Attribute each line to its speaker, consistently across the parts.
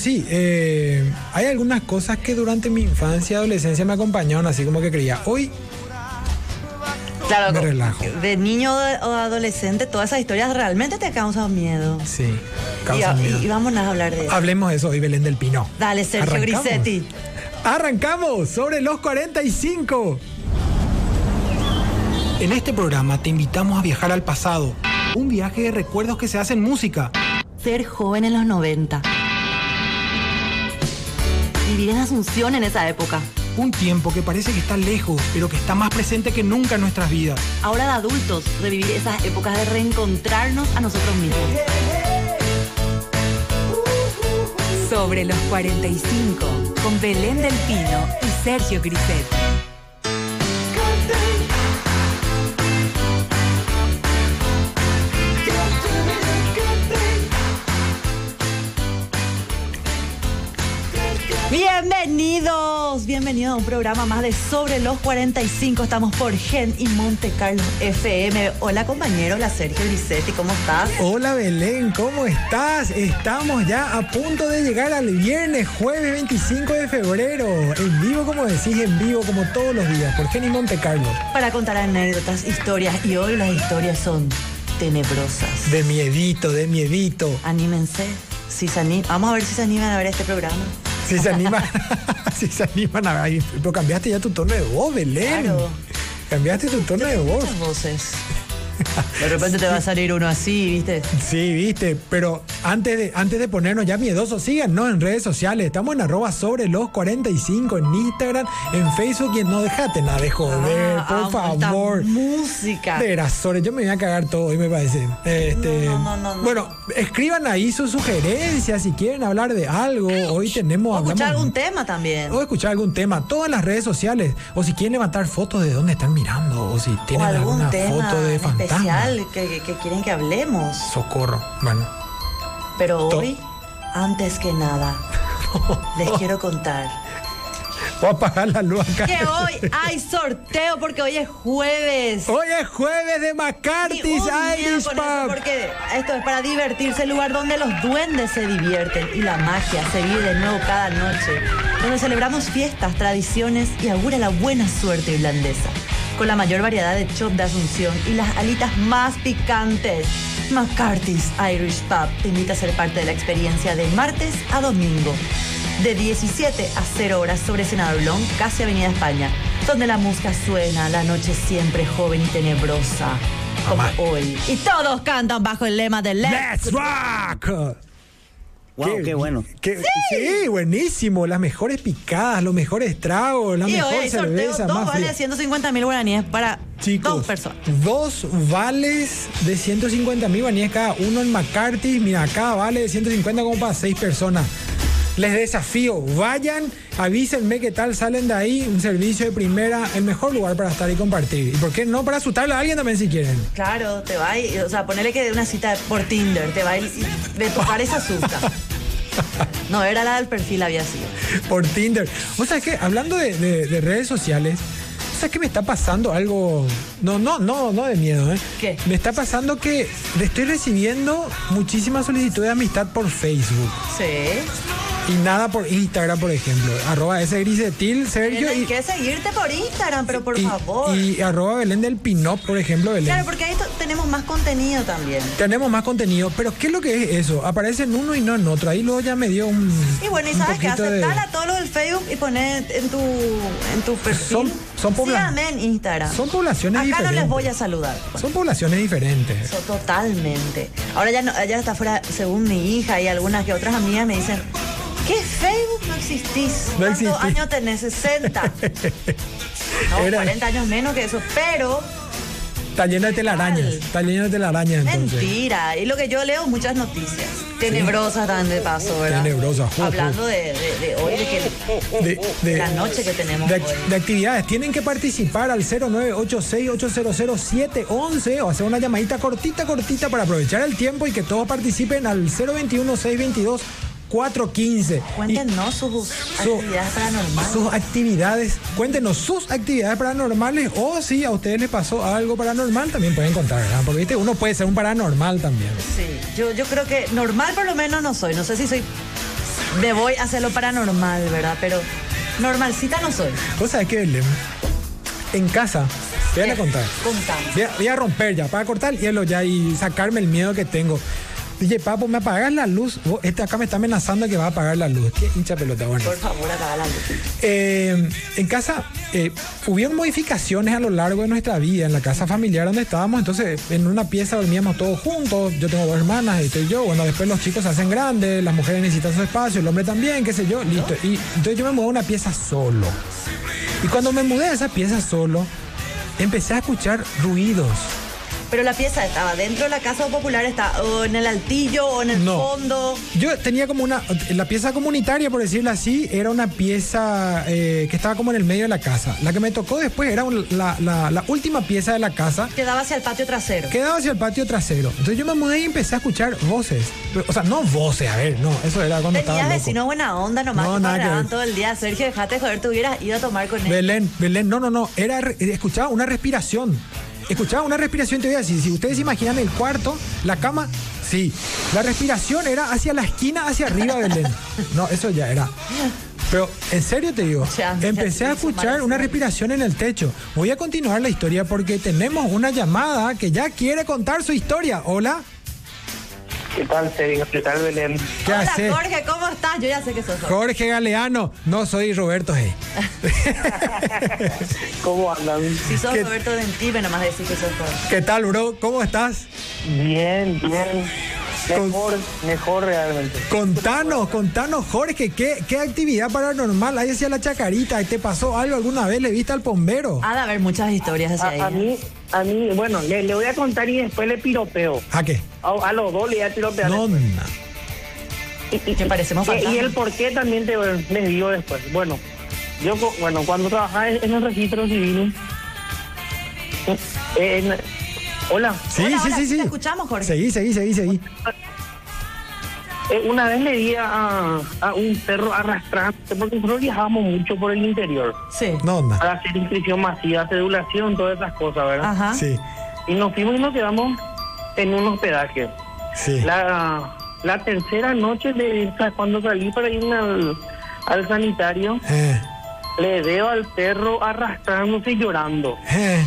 Speaker 1: Sí, eh, hay algunas cosas que durante mi infancia y adolescencia me acompañaron, así como que creía. Hoy
Speaker 2: Claro,
Speaker 1: Me
Speaker 2: co-
Speaker 1: relajo.
Speaker 2: de niño o o adolescente, todas esas historias realmente te causan miedo.
Speaker 1: sí,
Speaker 2: Y,
Speaker 1: causa miedo.
Speaker 2: y- y vámonos a hablar de eso.
Speaker 1: Hablemos de eso hoy, Belén del Pino.
Speaker 2: Dale, Sergio
Speaker 1: ¿Arrancamos?
Speaker 2: Grisetti.
Speaker 1: Arrancamos sobre los 45. En este programa te invitamos a viajar al pasado. Un viaje de recuerdos que se hace en música.
Speaker 2: Ser joven en los 90. Vivir en Asunción en esa época.
Speaker 1: Un tiempo que parece que está lejos, pero que está más presente que nunca en nuestras vidas.
Speaker 2: Ahora de adultos, revivir esas épocas de reencontrarnos a nosotros mismos.
Speaker 3: Sobre los 45, con Belén del Pino y Sergio Griset.
Speaker 2: Bienvenidos, bienvenidos a un programa más de Sobre los 45. Estamos por Gen y Monte Carlo FM. Hola compañero, hola Sergio Grisetti, ¿cómo estás?
Speaker 1: Hola Belén, ¿cómo estás? Estamos ya a punto de llegar al viernes, jueves 25 de febrero. En vivo, como decís, en vivo, como todos los días, por Jenny Monte Carlo.
Speaker 2: para contar anécdotas, historias y hoy las historias son tenebrosas.
Speaker 1: De miedito, de miedito.
Speaker 2: Anímense, si se ani- vamos a ver si se animan a ver este programa.
Speaker 1: Si se animan, si se animan a ver. Pero cambiaste ya tu tono de voz, Belén.
Speaker 2: Claro.
Speaker 1: Cambiaste tu tono de voz.
Speaker 2: Muchas voces. De repente te va a salir uno así, ¿viste?
Speaker 1: Sí, viste, pero antes de, antes de ponernos ya miedosos, síganos en redes sociales. Estamos en arroba sobre los 45 en Instagram, en Facebook y en no dejate nada de joder,
Speaker 2: Ah,
Speaker 1: por
Speaker 2: amo esta
Speaker 1: favor.
Speaker 2: música.
Speaker 1: De Grasores, yo me voy a cagar todo hoy, me parece. Este,
Speaker 2: No, no, no, no, no.
Speaker 1: Bueno, escriban ahí sus sugerencias si quieren hablar de algo. Hoy tenemos.
Speaker 2: O escuchar
Speaker 1: hablamos-
Speaker 2: algún tema también.
Speaker 1: o escuchar algún tema, todas las redes sociales, o si quieren levantar fotos de dónde están mirando, o si
Speaker 2: O
Speaker 1: tienen
Speaker 2: algún
Speaker 1: alguna
Speaker 2: tema
Speaker 1: foto de fantasma.
Speaker 2: especial que, que- que quieren que hablemos.
Speaker 1: Socorro. Bueno,
Speaker 2: Pero
Speaker 1: To-
Speaker 2: hoy, antes que nada, les quiero contar
Speaker 1: voy a apagar la luz acá.
Speaker 2: que hoy hay sorteo porque hoy es jueves.
Speaker 1: Hoy es jueves de
Speaker 2: Y
Speaker 1: McCarthy's
Speaker 2: un miedo
Speaker 1: Irish
Speaker 2: con eso,
Speaker 1: Pub.
Speaker 2: Porque esto es para divertirse, el lugar donde los duendes se divierten y la magia se vive de nuevo cada noche. Donde celebramos fiestas, tradiciones y augura la buena suerte irlandesa. Con la mayor variedad de chop de Asunción y las alitas más picantes. McCarthy's Irish Pub te invita a ser parte de la experiencia de martes a domingo. De 17 a 0 horas sobre Senador Long, casi Avenida España. Donde la música suena, la noche siempre joven y tenebrosa como
Speaker 1: Mamá.
Speaker 2: hoy. Y todos cantan bajo el lema de Let's.
Speaker 1: Let's rock.
Speaker 4: Wow, qué, bueno.
Speaker 1: qué- sí. buenísimo. Las mejores picadas, los mejores tragos, la
Speaker 2: Y hoy
Speaker 1: mejor
Speaker 2: hay sorteo,
Speaker 1: cerveza.
Speaker 2: dos
Speaker 1: más
Speaker 2: vales de
Speaker 1: fría.
Speaker 2: 150 mil guaraníes para
Speaker 1: Chicos,
Speaker 2: dos personas.
Speaker 1: dos vales de 150 mil guaníes cada uno en McCarthy. Mira, cada vale de 150 como para seis personas. Les desafío, vayan, avísenme qué tal salen de ahí. Un servicio de primera, el mejor lugar para estar y compartir. ¿Y por qué no? Para asustarle a alguien también si quieren.
Speaker 2: Claro, te va y, o sea, ponele que de una cita por Tinder, te va y y de tocar esa asusta. No, era la del perfil, había sido.
Speaker 1: Por Tinder. O sea, que hablando de, de- de redes sociales, o sea, que me está pasando algo. No, no, no, no de miedo, ¿eh?
Speaker 2: ¿Qué?
Speaker 1: Me está pasando que estoy recibiendo muchísimas solicitudes de amistad por Facebook.
Speaker 2: Sí.
Speaker 1: Y nada por Instagram, por ejemplo. Arroba ese grisetil, Sergio.
Speaker 2: Tienes
Speaker 1: Y,
Speaker 2: que seguirte por Instagram, pero por
Speaker 1: y-
Speaker 2: favor.
Speaker 1: y arroba Belén del Pinop, por ejemplo, Belén.
Speaker 2: Claro, porque ahí to- tenemos más contenido también.
Speaker 1: Tenemos más contenido, pero ¿qué es lo que es eso? Aparece en uno y no en otro. Ahí luego ya me dio un.
Speaker 2: Y bueno, y
Speaker 1: un
Speaker 2: sabes que
Speaker 1: poquito de-
Speaker 2: aceptar a todos los del Facebook y poner en tu, en tu perfil.
Speaker 1: Son- son pobla-
Speaker 2: Síganme en Instagram.
Speaker 1: Son poblaciones
Speaker 2: Acá no
Speaker 1: diferentes.
Speaker 2: les voy a saludar.
Speaker 1: Son poblaciones diferentes.
Speaker 2: So- Totalmente. Ahora ya, no, ya está fuera, según mi hija y algunas que otras amigas me dicen, ¿qué Facebook no existís?
Speaker 1: No
Speaker 2: ¿Cuántos
Speaker 1: existís.
Speaker 2: años tenés? 60. no,
Speaker 1: Era-
Speaker 2: 40 años menos que eso, pero
Speaker 1: Está lleno de telarañas.
Speaker 2: Total.
Speaker 1: Está lleno de telarañas, entonces.
Speaker 2: mentira. Y lo que yo leo, muchas noticias. Tenebrosas dan de paso, ¿verdad?
Speaker 1: Tenebrosas, ju, ju.
Speaker 2: Hablando de, de- de hoy, de que
Speaker 1: de, de-
Speaker 2: La noche que tenemos
Speaker 1: de,
Speaker 2: hoy.
Speaker 1: de actividades. Tienen que participar al 0986-800-711 o hacer una llamadita cortita, cortita para aprovechar el tiempo y que todos participen al 021-622-415. Y
Speaker 2: cuéntenos sus
Speaker 1: su-
Speaker 2: actividades paranormales.
Speaker 1: Sus actividades, cuéntenos sus actividades paranormales o si a ustedes les pasó algo paranormal también pueden contar, ¿verdad? Porque ¿viste? uno puede ser un paranormal también.
Speaker 2: Sí, yo, yo creo que normal por lo menos no soy. No sé si soy Me voy a hacer lo paranormal, ¿verdad? Pero normalcita no soy.
Speaker 1: Vos sabés que Belén, en casa, te voy a
Speaker 2: ¿Qué?
Speaker 1: contar.
Speaker 2: Contame.
Speaker 1: Voy a, voy a romper ya, para cortar el hielo ya y sacarme el miedo que tengo. Dije, papo, ¿me apagas la luz? Vos, este acá me está amenazando que va a apagar la luz. Qué hincha pelota, bueno.
Speaker 2: Por favor, apaga la luz.
Speaker 1: Eh, en casa eh, hubieron modificaciones a lo largo de nuestra vida en la casa familiar donde estábamos. Entonces, en una pieza dormíamos todos juntos. Yo tengo dos hermanas, estoy yo. Bueno, después los chicos se hacen grandes, las mujeres necesitan su espacio, el hombre también, qué sé yo. Listo. Y entonces yo me mudé a una pieza solo. Y cuando me mudé a esa pieza solo, empecé a escuchar ruidos.
Speaker 2: Pero la pieza estaba dentro de la casa popular, está o en el altillo o en el
Speaker 1: No.
Speaker 2: fondo.
Speaker 1: Yo tenía como una. La pieza comunitaria, por decirlo así, era una pieza eh, que estaba como en el medio de la casa. La que me tocó después era un- la, la- la última pieza de la casa.
Speaker 2: Te daba hacia el patio trasero.
Speaker 1: Quedaba hacia el patio trasero. Entonces yo me mudé y empecé a escuchar voces. Pero, o sea, no voces, a ver, no. Eso era cuando estaba.
Speaker 2: Tenías
Speaker 1: loco.
Speaker 2: vecinos buena onda nomás
Speaker 1: No,
Speaker 2: que
Speaker 1: nada que
Speaker 2: paraban
Speaker 1: ver.
Speaker 2: todo el día. Sergio, dejate de joder, te hubieras ido a tomar con él.
Speaker 1: Belén, Belén, no, no, no. Era, re- escuchaba una respiración. Escuchaba una respiración, te voy a decir. Si ustedes se imaginan el cuarto, la cama, sí. La respiración era hacia la esquina, hacia arriba, Belén. No, eso ya era. Pero en serio te digo,
Speaker 2: Ya, ya
Speaker 1: empecé a
Speaker 2: te hizo
Speaker 1: escuchar
Speaker 2: mal
Speaker 1: una
Speaker 2: hacer.
Speaker 1: respiración en el techo. Voy a continuar la historia porque tenemos una llamada que ya quiere contar su historia. Hola,
Speaker 5: ¿Qué tal, Sergio? ¿Qué tal, Belén?
Speaker 1: ¿qué
Speaker 2: Hola,
Speaker 1: haces?
Speaker 2: Jorge, ¿cómo estás? Yo ya sé que sos Jorge.
Speaker 1: Jorge Galeano, no soy Roberto G.
Speaker 5: ¿Cómo andan?
Speaker 2: Si sos
Speaker 1: ¿Qué-
Speaker 2: Roberto Dentime, nomás decís que sos Jorge.
Speaker 1: ¿Qué tal, bro? ¿Cómo estás?
Speaker 5: Bien, bien.
Speaker 1: Con-
Speaker 5: Mejor, mejor realmente.
Speaker 1: Contanos, contanos, Jorge, ¿qué, qué actividad paranormal hay hacia la chacarita? ¿Te pasó algo alguna vez? ¿Le viste al bombero?
Speaker 2: Ha de haber muchas historias hacia ahí.
Speaker 5: Ah, A, a mí, a mí, bueno, le, le voy a contar y después le piropeo.
Speaker 1: ¿A qué?
Speaker 5: A, a los dos le voy a piropear.
Speaker 1: No, na.
Speaker 2: Que parecemos
Speaker 5: Y- Y
Speaker 2: fantasmas.
Speaker 5: el por qué también te les digo después. Bueno, yo, co- bueno, cuando trabajaba en el registro civil, eh, en- hola,
Speaker 1: Sí,
Speaker 2: Hola,
Speaker 1: sí,
Speaker 2: hola,
Speaker 1: sí,
Speaker 2: sí
Speaker 1: sí.
Speaker 2: te escuchamos, Jorge.
Speaker 1: Seguí, seguí, seguí, seguí.
Speaker 5: Eh, una vez le di a, a un perro arrastrante, porque nosotros viajábamos mucho por el interior.
Speaker 2: Sí.
Speaker 1: No, na.
Speaker 5: para hacer inscripción masiva, cedulación, todas esas cosas, ¿verdad?
Speaker 2: Ajá.
Speaker 1: Sí,
Speaker 5: Y nos fuimos y nos quedamos en un hospedaje.
Speaker 1: sí.
Speaker 5: La, la tercera noche, de, cuando salí para irme al, al sanitario,
Speaker 1: Eh,
Speaker 5: le veo al perro arrastrándose y llorando.
Speaker 1: eh.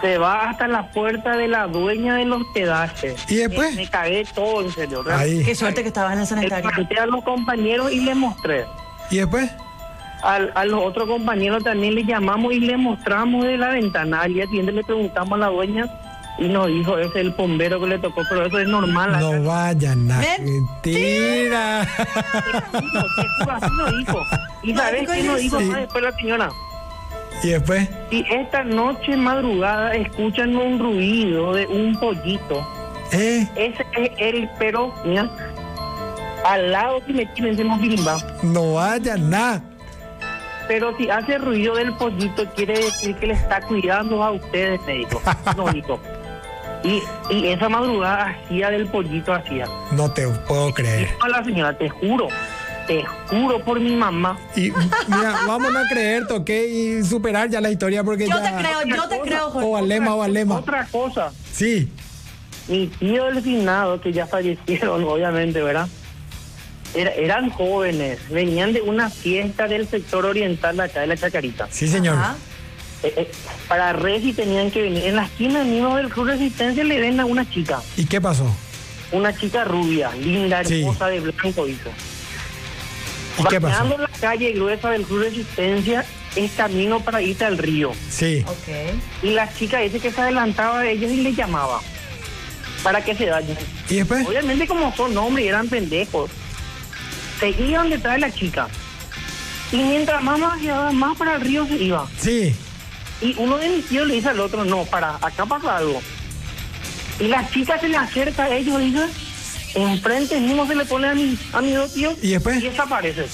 Speaker 5: Se va hasta la puerta de la dueña del hospedaje.
Speaker 1: ¿Y después?
Speaker 5: Me, me cagué todo, en serio, ¿verdad?
Speaker 1: Ahí.
Speaker 2: Eh, Qué suerte que estabas en la
Speaker 5: Le
Speaker 2: sanitaria.
Speaker 5: planteé a los compañeros y le mostré.
Speaker 1: ¿Y después?
Speaker 5: Al, a los otros compañeros también le llamamos y le mostramos de la ventana. Al día siguiente le preguntamos a la dueña y nos dijo, ese es el bombero que le tocó, pero eso es normal. acá".
Speaker 1: No vayan a
Speaker 2: Mentira.
Speaker 1: Mentira.
Speaker 5: Así nos dijo. ¿Y
Speaker 2: No,
Speaker 5: sabes
Speaker 2: digo,
Speaker 5: qué nos
Speaker 2: yo
Speaker 5: dijo
Speaker 1: sí.
Speaker 5: más después la señora?
Speaker 1: ¿Y después?
Speaker 5: Si esta noche madrugada escuchan un ruido de un pollito,
Speaker 1: ¿Eh?
Speaker 5: ese es el pero, mira, al lado que me tienen, se nos bimba.
Speaker 1: No vayan nada.
Speaker 5: Pero si hace ruido del pollito, quiere decir que le está cuidando a ustedes, me dijo. No, dijo. Y, y esa madrugada hacía del pollito, hacía.
Speaker 1: No te puedo creer.
Speaker 5: A la señora, te juro, te juro por mi mamá.
Speaker 1: Y mira, vamos a creer, toqué y superar ya la historia porque
Speaker 2: Yo
Speaker 1: ya...
Speaker 2: te creo, yo te creo, Jorge.
Speaker 1: O alema, o alema.
Speaker 5: Otra cosa,
Speaker 1: Sí.
Speaker 5: mi tío del finado, que ya fallecieron, obviamente, ¿verdad? Era- eran jóvenes, venían de una fiesta del sector oriental acá de la Chacarita.
Speaker 1: Sí, señor.
Speaker 2: Ajá.
Speaker 5: Eh, eh, para Resi tenían que venir. En la esquina mismo del Club Resistencia le ven a una chica.
Speaker 1: ¿Y qué pasó?
Speaker 5: una chica rubia, linda,
Speaker 1: Sí.
Speaker 5: hermosa, de blanco, hizo.
Speaker 1: ¿Y qué pasó?
Speaker 5: Bajando la calle gruesa del Club Resistencia es camino para irse al río.
Speaker 1: Sí.
Speaker 2: Ok.
Speaker 5: Y la chica dice que se adelantaba a ellos y le llamaba para que se dañen.
Speaker 1: ¿Y después?
Speaker 5: Obviamente como son hombres, eran pendejos. Seguían detrás de la chica. Y mientras más vaciaba, más para el río se iba.
Speaker 1: Sí.
Speaker 5: Y uno de mis tíos le dice al otro, no, para, acá pasa algo. Y la chica se le acerca a ellos, dice, enfrente mismo se le pone a mi, a mis dos tíos
Speaker 1: ¿Y después?
Speaker 5: desaparece.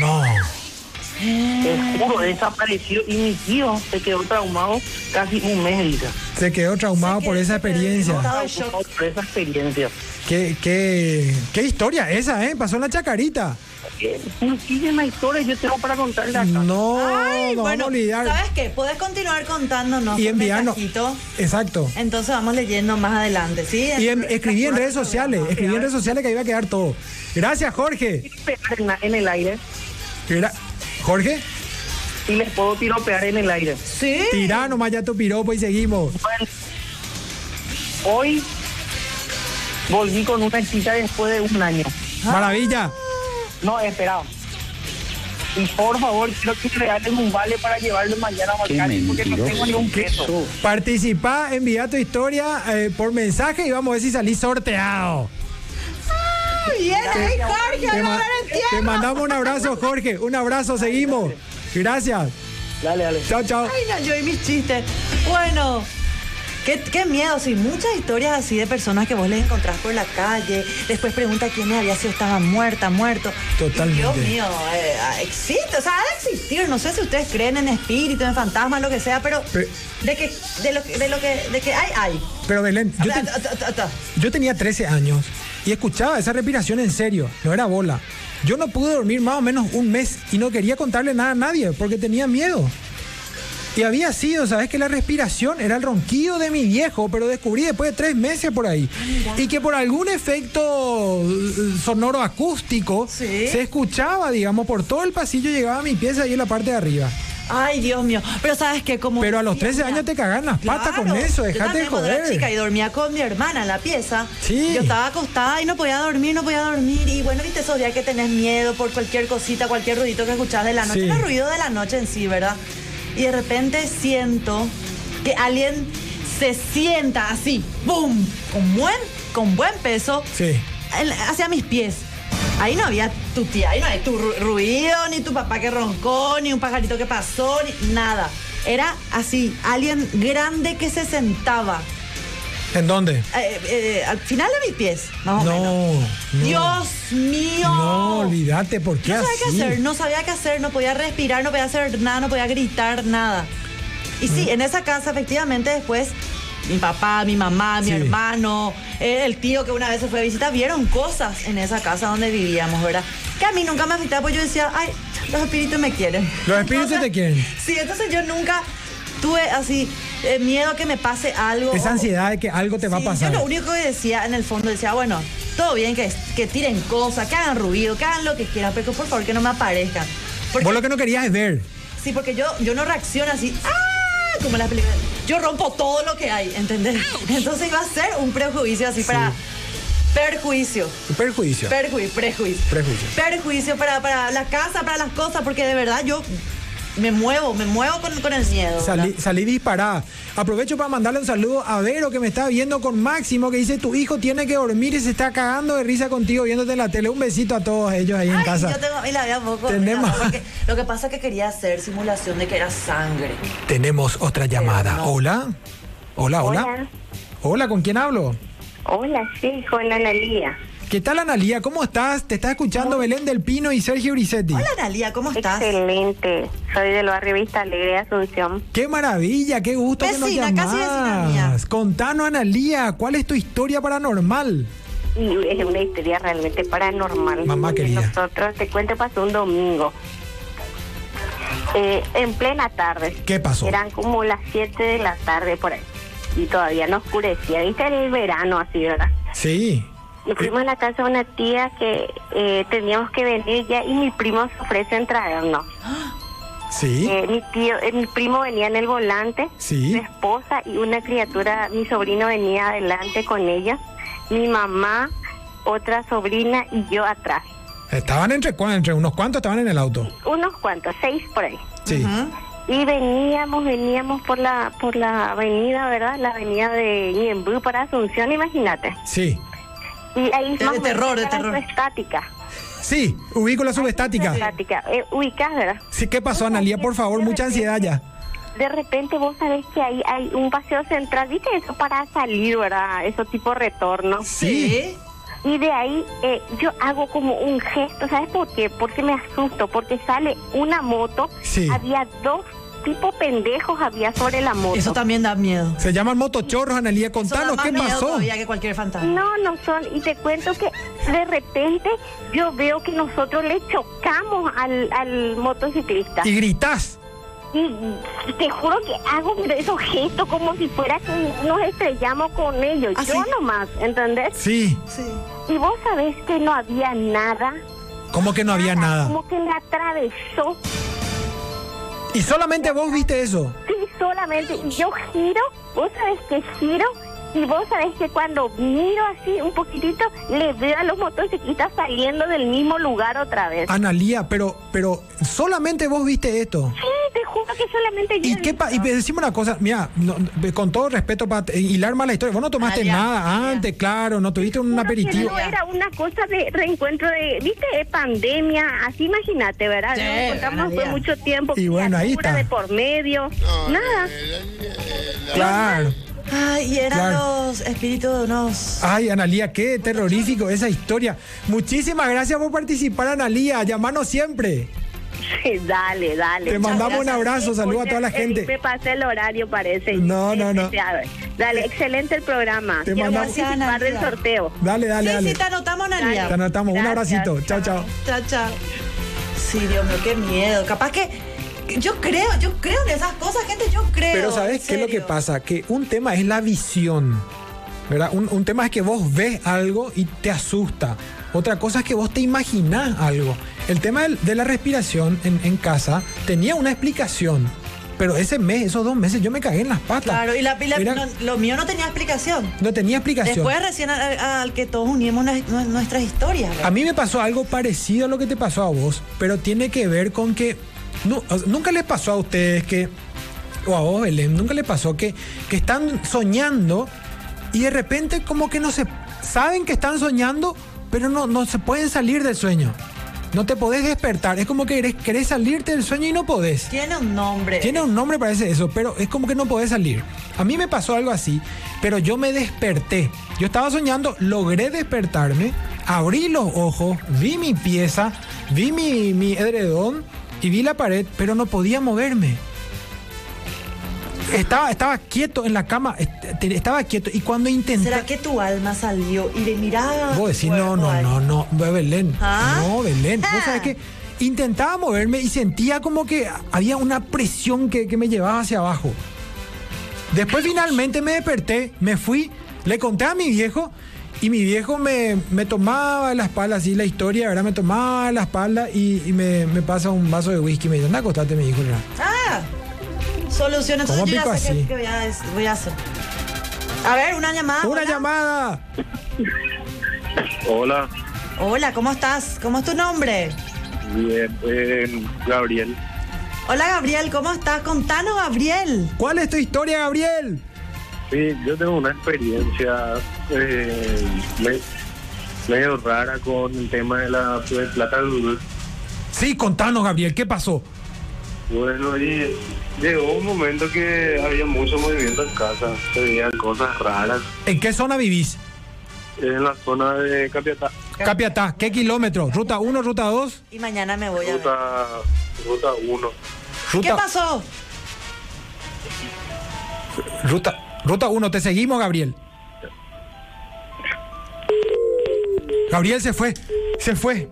Speaker 1: No.
Speaker 5: Te juro, desapareció y mi tío se quedó traumado casi un mes, dice.
Speaker 1: Se quedó traumado
Speaker 2: Se quedó-
Speaker 1: por esa
Speaker 2: se quedó traumado.
Speaker 1: experiencia.
Speaker 2: Estaba en shock.
Speaker 5: Por esa experiencia.
Speaker 1: ¿Qué, qué, qué historia esa, eh? Pasó en la chacarita.
Speaker 5: eh, muchísima historia yo tengo para contarle acá.
Speaker 1: No,
Speaker 2: Ay,
Speaker 1: nos vamos a
Speaker 2: bueno,
Speaker 1: olvidar.
Speaker 2: ¿sabes qué? Podés continuar contándonos
Speaker 1: Y
Speaker 2: por
Speaker 1: enviarnos.
Speaker 2: mensajito.
Speaker 1: Exacto.
Speaker 2: Entonces vamos leyendo más adelante, ¿sí?
Speaker 1: Y en- escribí en redes sociales, escribí en redes sociales que ahí iba a quedar todo. Gracias, Jorge.
Speaker 5: Tiropear en, la- en el aire
Speaker 1: Gra- Jorge,
Speaker 5: y les puedo tiropear en el aire.
Speaker 2: Sí.
Speaker 1: tirá nomás ya tu piropo y seguimos.
Speaker 5: Bueno, hoy volví con una chica después de un año.
Speaker 1: Maravilla.
Speaker 5: No, esperado. Y por favor, quiero que regalen un vale para llevarlo mañana a
Speaker 4: Qué
Speaker 5: Balcani, porque no tengo ni un peso.
Speaker 4: mentiroso.
Speaker 1: Participá, envía tu historia eh, por mensaje y vamos a ver si salís sorteado.
Speaker 2: Bien, ahí, Jorge,
Speaker 1: Te,
Speaker 2: ahora
Speaker 1: ma-
Speaker 2: ahora entiendo.
Speaker 1: te mandamos un abrazo, Jorge. Un abrazo, seguimos. Gracias.
Speaker 5: Dale, dale.
Speaker 1: Chao, chao.
Speaker 2: Ay, no, yo y mis chistes. Bueno, qué, qué miedo. Sí, muchas historias así de personas que vos les encontrás por la calle. Después pregunta quién había sido, estaba muerta, muerto.
Speaker 1: Totalmente.
Speaker 2: Y Dios mío, eh, ah, existe, o sea, ha de existir. No sé si ustedes creen en espíritu, en fantasmas, lo que sea, pero
Speaker 1: Pe-
Speaker 2: de que, de lo, que- de lo que, de que hay, hay.
Speaker 1: Pero Belén, yo, te-
Speaker 2: Ta, ta, ta, ta.
Speaker 1: yo tenía 13 años y escuchaba esa respiración en serio, no era bola. Yo no pude dormir más o menos un mes y no quería contarle nada a nadie porque tenía miedo. Y había sido, ¿sabes? Que la respiración era el ronquido de mi viejo, pero descubrí después de tres meses por ahí. Y que por algún efecto eh, sonoro acústico
Speaker 2: Sí.
Speaker 1: se escuchaba, digamos, por todo el pasillo llegaba a mi pieza y en la parte de arriba.
Speaker 2: Ay, Dios mío. Pero sabes que como.
Speaker 1: Pero a los
Speaker 2: decía
Speaker 1: 13
Speaker 2: una-
Speaker 1: años te cagan las patas
Speaker 2: Claro,
Speaker 1: con eso,
Speaker 2: yo
Speaker 1: dejate de
Speaker 2: también cuando era
Speaker 1: joder.
Speaker 2: chica y dormía con mi hermana en la pieza.
Speaker 1: Sí.
Speaker 2: Yo estaba acostada y no podía dormir, no podía dormir. Y bueno, viste esos días que tenés miedo por cualquier cosita, cualquier ruidito que escuchás de la noche.
Speaker 1: Sí.
Speaker 2: No es ruido de la noche en sí, ¿verdad? Y de repente siento que alguien se sienta así, ¡boom! Con buen, con buen peso
Speaker 1: Sí.
Speaker 2: el- hacia mis pies. Ahí no había tu tía, ahí no hay tu ru- ruido, ni tu papá que roncó, ni un pajarito que pasó, ni nada. Era así, alguien grande que se sentaba
Speaker 1: ¿En dónde?
Speaker 2: eh, eh, al final de mis pies, más o menos.
Speaker 1: no.
Speaker 2: Dios mío.
Speaker 1: No, olvídate, ¿por qué
Speaker 2: No sabía
Speaker 1: así?
Speaker 2: qué hacer, no sabía qué hacer, no podía respirar, no podía hacer nada, no podía gritar nada. Y
Speaker 1: Mm.
Speaker 2: sí, en esa casa efectivamente después mi papá, mi mamá, mi
Speaker 1: Sí.
Speaker 2: hermano, eh, el tío que una vez se fue a visitar, vieron cosas en esa casa donde vivíamos, ¿verdad? Que a mí nunca me afectaba, porque yo decía, ay, los espíritus me quieren.
Speaker 1: Los espíritus te quieren.
Speaker 2: Sí, entonces yo nunca tuve así eh, miedo a que me pase algo.
Speaker 1: Esa
Speaker 2: o-
Speaker 1: ansiedad de que algo te va a
Speaker 2: Sí,
Speaker 1: pasar.
Speaker 2: Yo lo único que decía en el fondo decía, bueno, todo bien que, que tiren cosas, que hagan ruido, que hagan lo que quieran, pero por favor que no me aparezcan. Porque-
Speaker 1: Vos lo que no querías es ver.
Speaker 2: Sí, porque yo, yo no reacciono así, ¡ah! Como en las películas. Yo rompo todo lo que hay, ¿entendés? Entonces iba a ser un prejuicio así para. Perjuicio.
Speaker 1: Perjuicio.
Speaker 2: Perjuicio, prejuicio.
Speaker 1: Prejuicio.
Speaker 2: Perjuicio para, para la casa, para las cosas, porque de verdad yo me muevo, me muevo con, con el miedo.
Speaker 1: Salí,
Speaker 2: ¿verdad?
Speaker 1: salí disparada. Aprovecho para mandarle un saludo a Vero que me está viendo con Máximo que dice tu hijo tiene que dormir y se está cagando de risa contigo viéndote en la tele. Un besito a todos ellos ahí en
Speaker 2: Ay,
Speaker 1: casa.
Speaker 2: Yo tengo, y la veo poco.
Speaker 1: Tenemos-
Speaker 2: mira, porque lo que pasa es que quería hacer simulación de que era sangre.
Speaker 1: Tenemos otra llamada.
Speaker 2: no.
Speaker 1: Hola. Hola, hola. Hola,
Speaker 6: Hola.
Speaker 1: ¿con quién hablo?
Speaker 6: Hola, sí, con Analía.
Speaker 1: ¿Qué tal Analía? ¿Cómo estás? Te está escuchando Belén del Pino y Sergio Brisetti.
Speaker 2: Hola, Analia, ¿cómo estás?
Speaker 6: Excelente. Soy del barrio Vista Alegre de Asunción.
Speaker 1: Qué maravilla, qué gusto que
Speaker 2: Vecina,
Speaker 1: nos
Speaker 2: casi vecina mía.
Speaker 1: llamás. Contanos, Analía, ¿cuál es tu historia paranormal?
Speaker 6: Y es una historia realmente paranormal.
Speaker 1: Mamá
Speaker 6: Porque
Speaker 1: querida.
Speaker 6: Nosotros, te cuento, pasó un domingo. Eh, en plena tarde.
Speaker 1: ¿Qué pasó?
Speaker 6: Eran como las 7 de la tarde por ahí. Y todavía no oscurecía. Viste el verano así, ¿verdad?
Speaker 1: Sí.
Speaker 6: Nos fuimos a la casa de una tía que eh, teníamos que venir ya y mi primo se ofrece en traernos.
Speaker 1: Sí.
Speaker 6: Eh, mi tío, eh, mi primo venía en el volante,
Speaker 1: Sí.
Speaker 6: mi esposa y una criatura, mi sobrino venía adelante con ella, mi mamá, otra sobrina y yo atrás.
Speaker 1: Estaban entre, cua- entre unos cuantos estaban en el auto.
Speaker 6: Unos cuantos, seis por ahí.
Speaker 1: Sí.
Speaker 6: Y veníamos, veníamos por la por la avenida, ¿verdad? La avenida de Ñembu para Asunción, imagínate.
Speaker 1: Sí.
Speaker 6: Y ahí
Speaker 2: De- de
Speaker 6: más o menos
Speaker 2: terror, de
Speaker 6: está la
Speaker 2: terror.
Speaker 6: Estática.
Speaker 1: Sí, ubico la subestática.
Speaker 6: Estática. Eh, ubicás, ¿verdad?
Speaker 1: Sí, ¿qué pasó, Analía? Por favor, mucha ansiedad ya.
Speaker 6: De repente vos sabés que ahí hay un paseo central, ¿viste? Eso para salir, ¿verdad? Eso tipo retorno.
Speaker 1: Sí.
Speaker 6: Y de ahí eh, yo hago como un gesto, ¿sabes por qué? Porque me asusto, porque sale una moto,
Speaker 1: Sí.
Speaker 6: había dos tipo pendejos había sobre la moto.
Speaker 2: Eso también da miedo.
Speaker 1: Se llaman motochorros, Analía.
Speaker 2: Eso da
Speaker 1: Contanos
Speaker 2: más
Speaker 1: qué
Speaker 2: miedo
Speaker 1: pasó.
Speaker 2: todavía que cualquier fantasma.
Speaker 6: no, no son, y te cuento que de repente yo veo que nosotros le chocamos al, al motociclista.
Speaker 1: Y gritás.
Speaker 6: Y te juro que hago pero esos gestos como si fuera que nos estrellamos con ellos.
Speaker 2: Ah,
Speaker 6: yo
Speaker 2: sí.
Speaker 6: nomás, ¿entendés?
Speaker 1: Sí.
Speaker 2: Sí.
Speaker 6: Y vos sabés que no había nada.
Speaker 1: Como que no había nada.
Speaker 6: Como que me atravesó.
Speaker 1: Y solamente vos viste eso.
Speaker 6: Sí, solamente. Y Yo giro, vos sabés que giro. Y vos sabés que cuando miro así un poquitito, le veo a los motociclistas saliendo del mismo lugar otra vez.
Speaker 1: Ah. Analía, pero, pero solamente vos viste esto.
Speaker 6: Sí, te juro que solamente yo.
Speaker 1: ¿Y
Speaker 6: he
Speaker 1: qué pa- y
Speaker 6: visto.
Speaker 1: decime una cosa, mira, no, con todo respeto para hilar más la historia, vos no tomaste
Speaker 2: Analía,
Speaker 1: nada
Speaker 2: Analía.
Speaker 1: antes, claro, no tuviste un
Speaker 6: Juro que
Speaker 1: aperitivo.
Speaker 6: No era una cosa de reencuentro de, viste, de pandemia, así imagínate, ¿verdad?
Speaker 2: Sí,
Speaker 6: Nos encontramos
Speaker 2: María.
Speaker 6: fue mucho tiempo,
Speaker 1: Y bueno, ahí
Speaker 6: criatura
Speaker 1: está.
Speaker 6: de por medio, nada.
Speaker 1: Claro.
Speaker 2: Ay, y eran
Speaker 1: Claro.
Speaker 2: los espíritus de unos.
Speaker 1: Ay, Analía, qué terrorífico esa historia. Muchísimas gracias por participar, Analía. Llamanos siempre.
Speaker 6: Sí, dale, dale.
Speaker 1: Te mandamos un abrazo, saludo
Speaker 6: saludos
Speaker 1: a toda la gente.
Speaker 6: Me pasé el horario, parece.
Speaker 1: No, no, no.
Speaker 6: Sí, a ver. Dale, excelente el programa.
Speaker 1: Te
Speaker 6: Quiero
Speaker 1: mandamos-
Speaker 6: participar del
Speaker 2: Gracias,
Speaker 6: sorteo.
Speaker 1: Dale, dale,
Speaker 2: sí,
Speaker 1: dale.
Speaker 2: sí, te anotamos,
Speaker 1: Te
Speaker 2: Analia.
Speaker 1: anotamos. Un
Speaker 6: Gracias,
Speaker 1: abracito. Chao, chao.
Speaker 2: Chao, chao. Sí, Dios mío, qué miedo. Capaz que. que Yo creo, yo creo en esas cosas, gente, yo creo.
Speaker 1: Pero ¿sabes
Speaker 2: en
Speaker 1: qué es lo que
Speaker 2: serio.
Speaker 1: pasa? Que un tema es la visión. ¿verdad? Un, un tema es que vos ves algo y te asusta. Otra cosa es que vos te imaginás algo. El tema del- de la respiración en, en casa tenía una explicación. Pero ese mes, esos dos meses, yo me cagué en las patas.
Speaker 2: Claro, y la, y la-
Speaker 1: Era-
Speaker 2: no,
Speaker 1: no,
Speaker 2: lo mío no tenía explicación.
Speaker 1: tenía explicación.
Speaker 2: Después recién al, al que todos unimos na- nu- nuestras historias.
Speaker 1: A mí me pasó algo parecido a lo que te pasó a vos, pero tiene que ver con que nu- o sea, nunca les pasó a ustedes que, o a vos, Belén, nunca les pasó que, que están soñando y de repente como que no se saben que están soñando, pero no, no se pueden salir del sueño. No te podés despertar. Es como que querés, querés salirte del sueño y no podés.
Speaker 2: Tiene un nombre.
Speaker 1: Tiene un nombre, parece eso, pero es como que no podés salir. A mí me pasó algo así, pero yo me desperté. Yo estaba soñando, logré despertarme, abrí los ojos, vi mi pieza, vi mi, mi edredón y vi la pared, pero no podía moverme. Estaba, estaba quieto en la cama, est- estaba quieto y cuando intenté...
Speaker 2: ¿Será que tu alma salió y de mirada?
Speaker 1: Vos decís, no, no, no, no, Be- Belén.
Speaker 2: ¿Ah?
Speaker 1: No, Belén.
Speaker 2: Ah.
Speaker 1: Vos sabés que intentaba moverme y sentía como que había una presión que, que me llevaba hacia abajo. Después finalmente me desperté, me fui, le conté a mi viejo y mi viejo me, me tomaba la espalda, así la historia, ¿verdad? Me tomaba la espalda y, y me, me pasa un vaso de whisky. Me dice, anda, acostate, me dijo. ¿verdad?
Speaker 2: Ah, solución. Entonces
Speaker 1: ¿Cómo
Speaker 2: yo ya
Speaker 1: pico
Speaker 2: sé
Speaker 1: así?
Speaker 2: qué- qué voy a, des- voy a hacer. A ver, una llamada.
Speaker 1: Una
Speaker 2: Ah, hola.
Speaker 1: llamada.
Speaker 7: Hola,
Speaker 2: Hola, ¿cómo estás? ¿Cómo es tu nombre?
Speaker 7: bien, eh, Gabriel.
Speaker 2: Hola, Gabriel, ¿cómo estás? Contanos, Gabriel.
Speaker 1: ¿Cuál es tu historia, Gabriel?
Speaker 7: Sí, yo tengo una experiencia eh, me- medio rara con el tema de la de plata dura.
Speaker 1: Sí, contanos, Gabriel, ¿qué pasó?
Speaker 7: Bueno, y llegó un momento que había mucho movimiento en casa, se veían cosas raras
Speaker 1: ¿En qué zona vivís?
Speaker 7: en la zona de Capiatá,
Speaker 1: Capiatá, ¿qué kilómetro? ¿Ruta 1, ruta 2?
Speaker 2: Y mañana me voy a ver.
Speaker 7: ruta, ruta 1.
Speaker 2: ¿Qué pasó?
Speaker 1: Ruta, ruta 1, te seguimos, Gabriel. Gabriel se fue, se fue.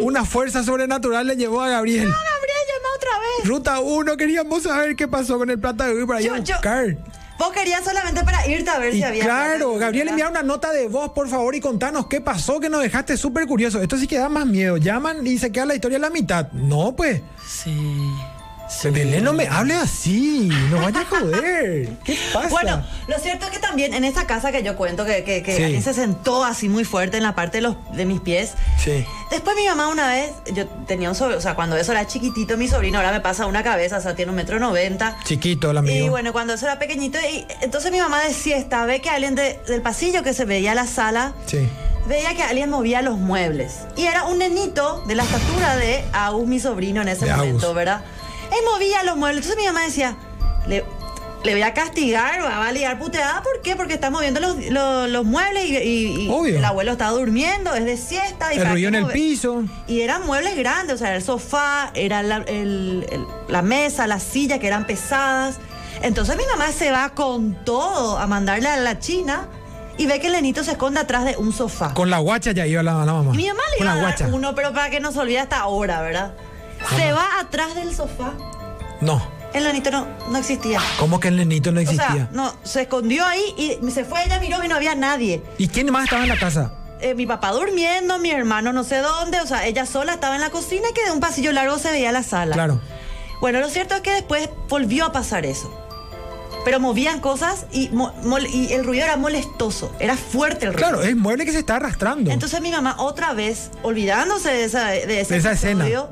Speaker 1: Una fuerza sobrenatural le llevó a Gabriel.
Speaker 2: Gabriel, llama otra vez.
Speaker 1: Ruta 1, queríamos saber qué pasó con el plata de Uy para ir a
Speaker 2: Yo- yo-
Speaker 1: buscar.
Speaker 2: Vos querías solamente para irte a ver
Speaker 1: Y
Speaker 2: si había.
Speaker 1: claro, Gabriel, envía una nota de voz, por favor, y contanos qué pasó, que nos dejaste súper curiosos. Esto sí que da más miedo. Llaman y se queda la historia a la mitad. No, pues.
Speaker 2: Sí.
Speaker 1: Belén, no me hable así. No vaya a joder. ¿Qué pasa?
Speaker 2: Bueno, lo cierto es que también en esta casa que yo cuento, que, que, que
Speaker 1: Sí.
Speaker 2: alguien se sentó así muy fuerte en la parte de, los, de mis pies.
Speaker 1: Sí.
Speaker 2: Después mi mamá una vez, yo tenía un sobrino, o sea, cuando eso era chiquitito, mi sobrino ahora me pasa una cabeza, o sea, tiene un metro noventa.
Speaker 1: Chiquito el amigo.
Speaker 2: Y bueno, cuando eso era pequeñito, y entonces mi mamá de siesta ve que alguien de- del pasillo que se veía la sala,
Speaker 1: Sí.
Speaker 2: veía que alguien movía los muebles. Y era un nenito de la estatura de Agus, mi sobrino en ese
Speaker 1: De
Speaker 2: momento,
Speaker 1: Agus.
Speaker 2: ¿verdad? Él movía los muebles. Entonces mi mamá decía, le, le voy a castigar, va va a liar puteada. ¿Por qué? Porque está moviendo los, lo- los muebles y, y- y
Speaker 1: Obvio.
Speaker 2: el abuelo está durmiendo, es de siesta. Y
Speaker 1: El
Speaker 2: para
Speaker 1: ruido
Speaker 2: qué
Speaker 1: en el
Speaker 2: mover-
Speaker 1: piso.
Speaker 2: y eran muebles grandes, o sea, el sofá, era la, el- el- la mesa, las sillas que eran pesadas. Entonces mi mamá se va con todo a mandarle a la China y ve que el nenito se esconde atrás de un sofá.
Speaker 1: Con la guacha ya iba la, la mamá.
Speaker 2: Y mi mamá le
Speaker 1: Con
Speaker 2: iba
Speaker 1: la
Speaker 2: a dar
Speaker 1: guacha.
Speaker 2: uno, pero para que no se olvide hasta ahora, ¿verdad? Se va atrás del sofá.
Speaker 1: No.
Speaker 2: El nenito no, no existía.
Speaker 1: ¿Cómo que el nenito no
Speaker 2: O
Speaker 1: existía?
Speaker 2: sea, no, se escondió ahí y se fue, ella miró y no había nadie.
Speaker 1: ¿Y quién más estaba en la casa?
Speaker 2: Eh, mi papá durmiendo, mi hermano no sé dónde, o sea, ella sola estaba en la cocina y que de un pasillo largo se veía la sala.
Speaker 1: Claro.
Speaker 2: Bueno, lo cierto es que después volvió a pasar eso. Pero movían cosas y, mo- mol- y el ruido era molestoso, era fuerte el ruido.
Speaker 1: Claro, es mueble que se está arrastrando.
Speaker 2: Entonces mi mamá otra vez, olvidándose de esa, de ese
Speaker 1: De esa escena.
Speaker 2: episodio,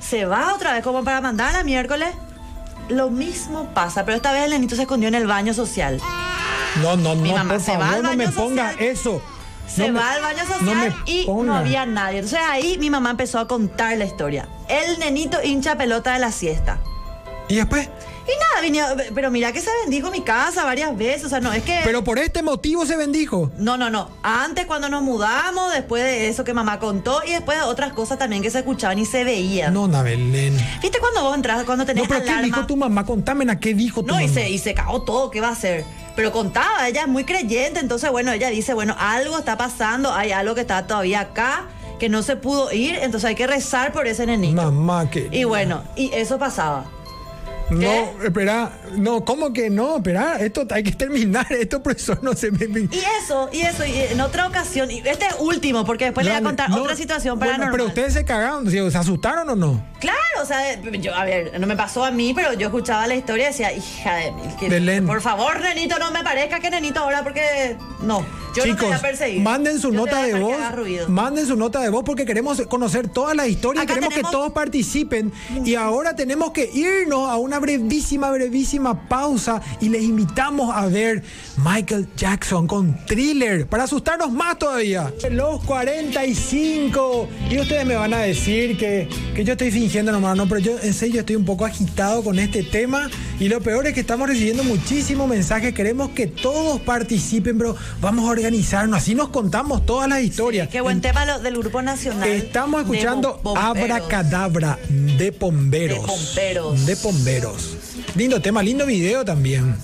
Speaker 2: se va otra vez como para mandar a miércoles. Lo mismo pasa, pero esta vez el nenito se escondió en el baño social.
Speaker 1: no, no,
Speaker 2: Mi
Speaker 1: no,
Speaker 2: mamá
Speaker 1: por
Speaker 2: se va
Speaker 1: favor,
Speaker 2: al
Speaker 1: no me
Speaker 2: baño
Speaker 1: ponga
Speaker 2: social.
Speaker 1: eso.
Speaker 2: Se
Speaker 1: No me-
Speaker 2: va al baño social
Speaker 1: no me
Speaker 2: y no
Speaker 1: ponga.
Speaker 2: había nadie. Entonces ahí mi mamá empezó a contar la historia. El nenito hincha pelota de la siesta.
Speaker 1: Y después,
Speaker 2: Y nada, vine- pero mira que se bendijo mi casa varias veces. O sea, no, es que...
Speaker 1: pero por este motivo se bendijo.
Speaker 2: No, no, no. Antes cuando nos mudamos, después de eso que mamá contó y después de otras cosas también que se escuchaban y se veían.
Speaker 1: No, na Belén.
Speaker 2: ¿Viste cuando vos entras, cuando
Speaker 1: No,
Speaker 2: tenés
Speaker 1: pero ¿qué
Speaker 2: alarma?
Speaker 1: dijo tu mamá? Contame, ¿a qué dijo tu
Speaker 2: No,
Speaker 1: mamá?
Speaker 2: y se, y se cagó todo, ¿qué va a hacer? Pero contaba, ella es muy creyente, entonces bueno, ella dice, bueno, algo está pasando, hay algo que está todavía acá, que no se pudo ir, entonces hay que rezar por ese nenito.
Speaker 1: Mamá, que...
Speaker 2: Y bueno, y eso pasaba.
Speaker 1: No, espera, no, ¿cómo que no? Espera, esto hay que terminar, esto profesor no se me... me-
Speaker 2: Y eso, y eso, y en otra ocasión, y este es último, porque después le voy a contar
Speaker 1: No,
Speaker 2: otra situación
Speaker 1: bueno,
Speaker 2: paranormal.
Speaker 1: pero ustedes se cagaron, ¿se se asustaron o no?
Speaker 2: Claro, o sea, yo, a ver, no me pasó a mí, pero yo escuchaba la historia y decía, hija de mil, que-
Speaker 1: Belén.
Speaker 2: por favor, nenito, no me parezca que nenito ahora, porque no, yo no te
Speaker 1: Chicos,
Speaker 2: voy a perseguir.
Speaker 1: manden su
Speaker 2: Yo te
Speaker 1: nota
Speaker 2: voy a
Speaker 1: de
Speaker 2: dejar que
Speaker 1: voz.
Speaker 2: hagas ruido.
Speaker 1: Manden su nota de voz porque queremos conocer toda la historia,
Speaker 2: Acá
Speaker 1: queremos
Speaker 2: tenemos-
Speaker 1: que todos participen. Y ahora tenemos que irnos a una brevísima, brevísima pausa y les invitamos a ver Michael Jackson con thriller para asustarnos más todavía. Los 45. Y ustedes me van a decir que, que yo estoy fingiendo nomás, no, pero yo en serio estoy un poco agitado con este tema. Y lo peor es que estamos recibiendo muchísimos mensajes. Queremos que todos participen, pero vamos a organizarnos. Así nos contamos todas las historias.
Speaker 2: Qué buen
Speaker 1: En-
Speaker 2: tema lo- del Grupo Nacional.
Speaker 1: Estamos
Speaker 2: de
Speaker 1: escuchando
Speaker 2: bomberos.
Speaker 1: Abracadabra de bomberos.
Speaker 2: De bomberos.
Speaker 1: De bomberos. Lindo tema, lindo video también.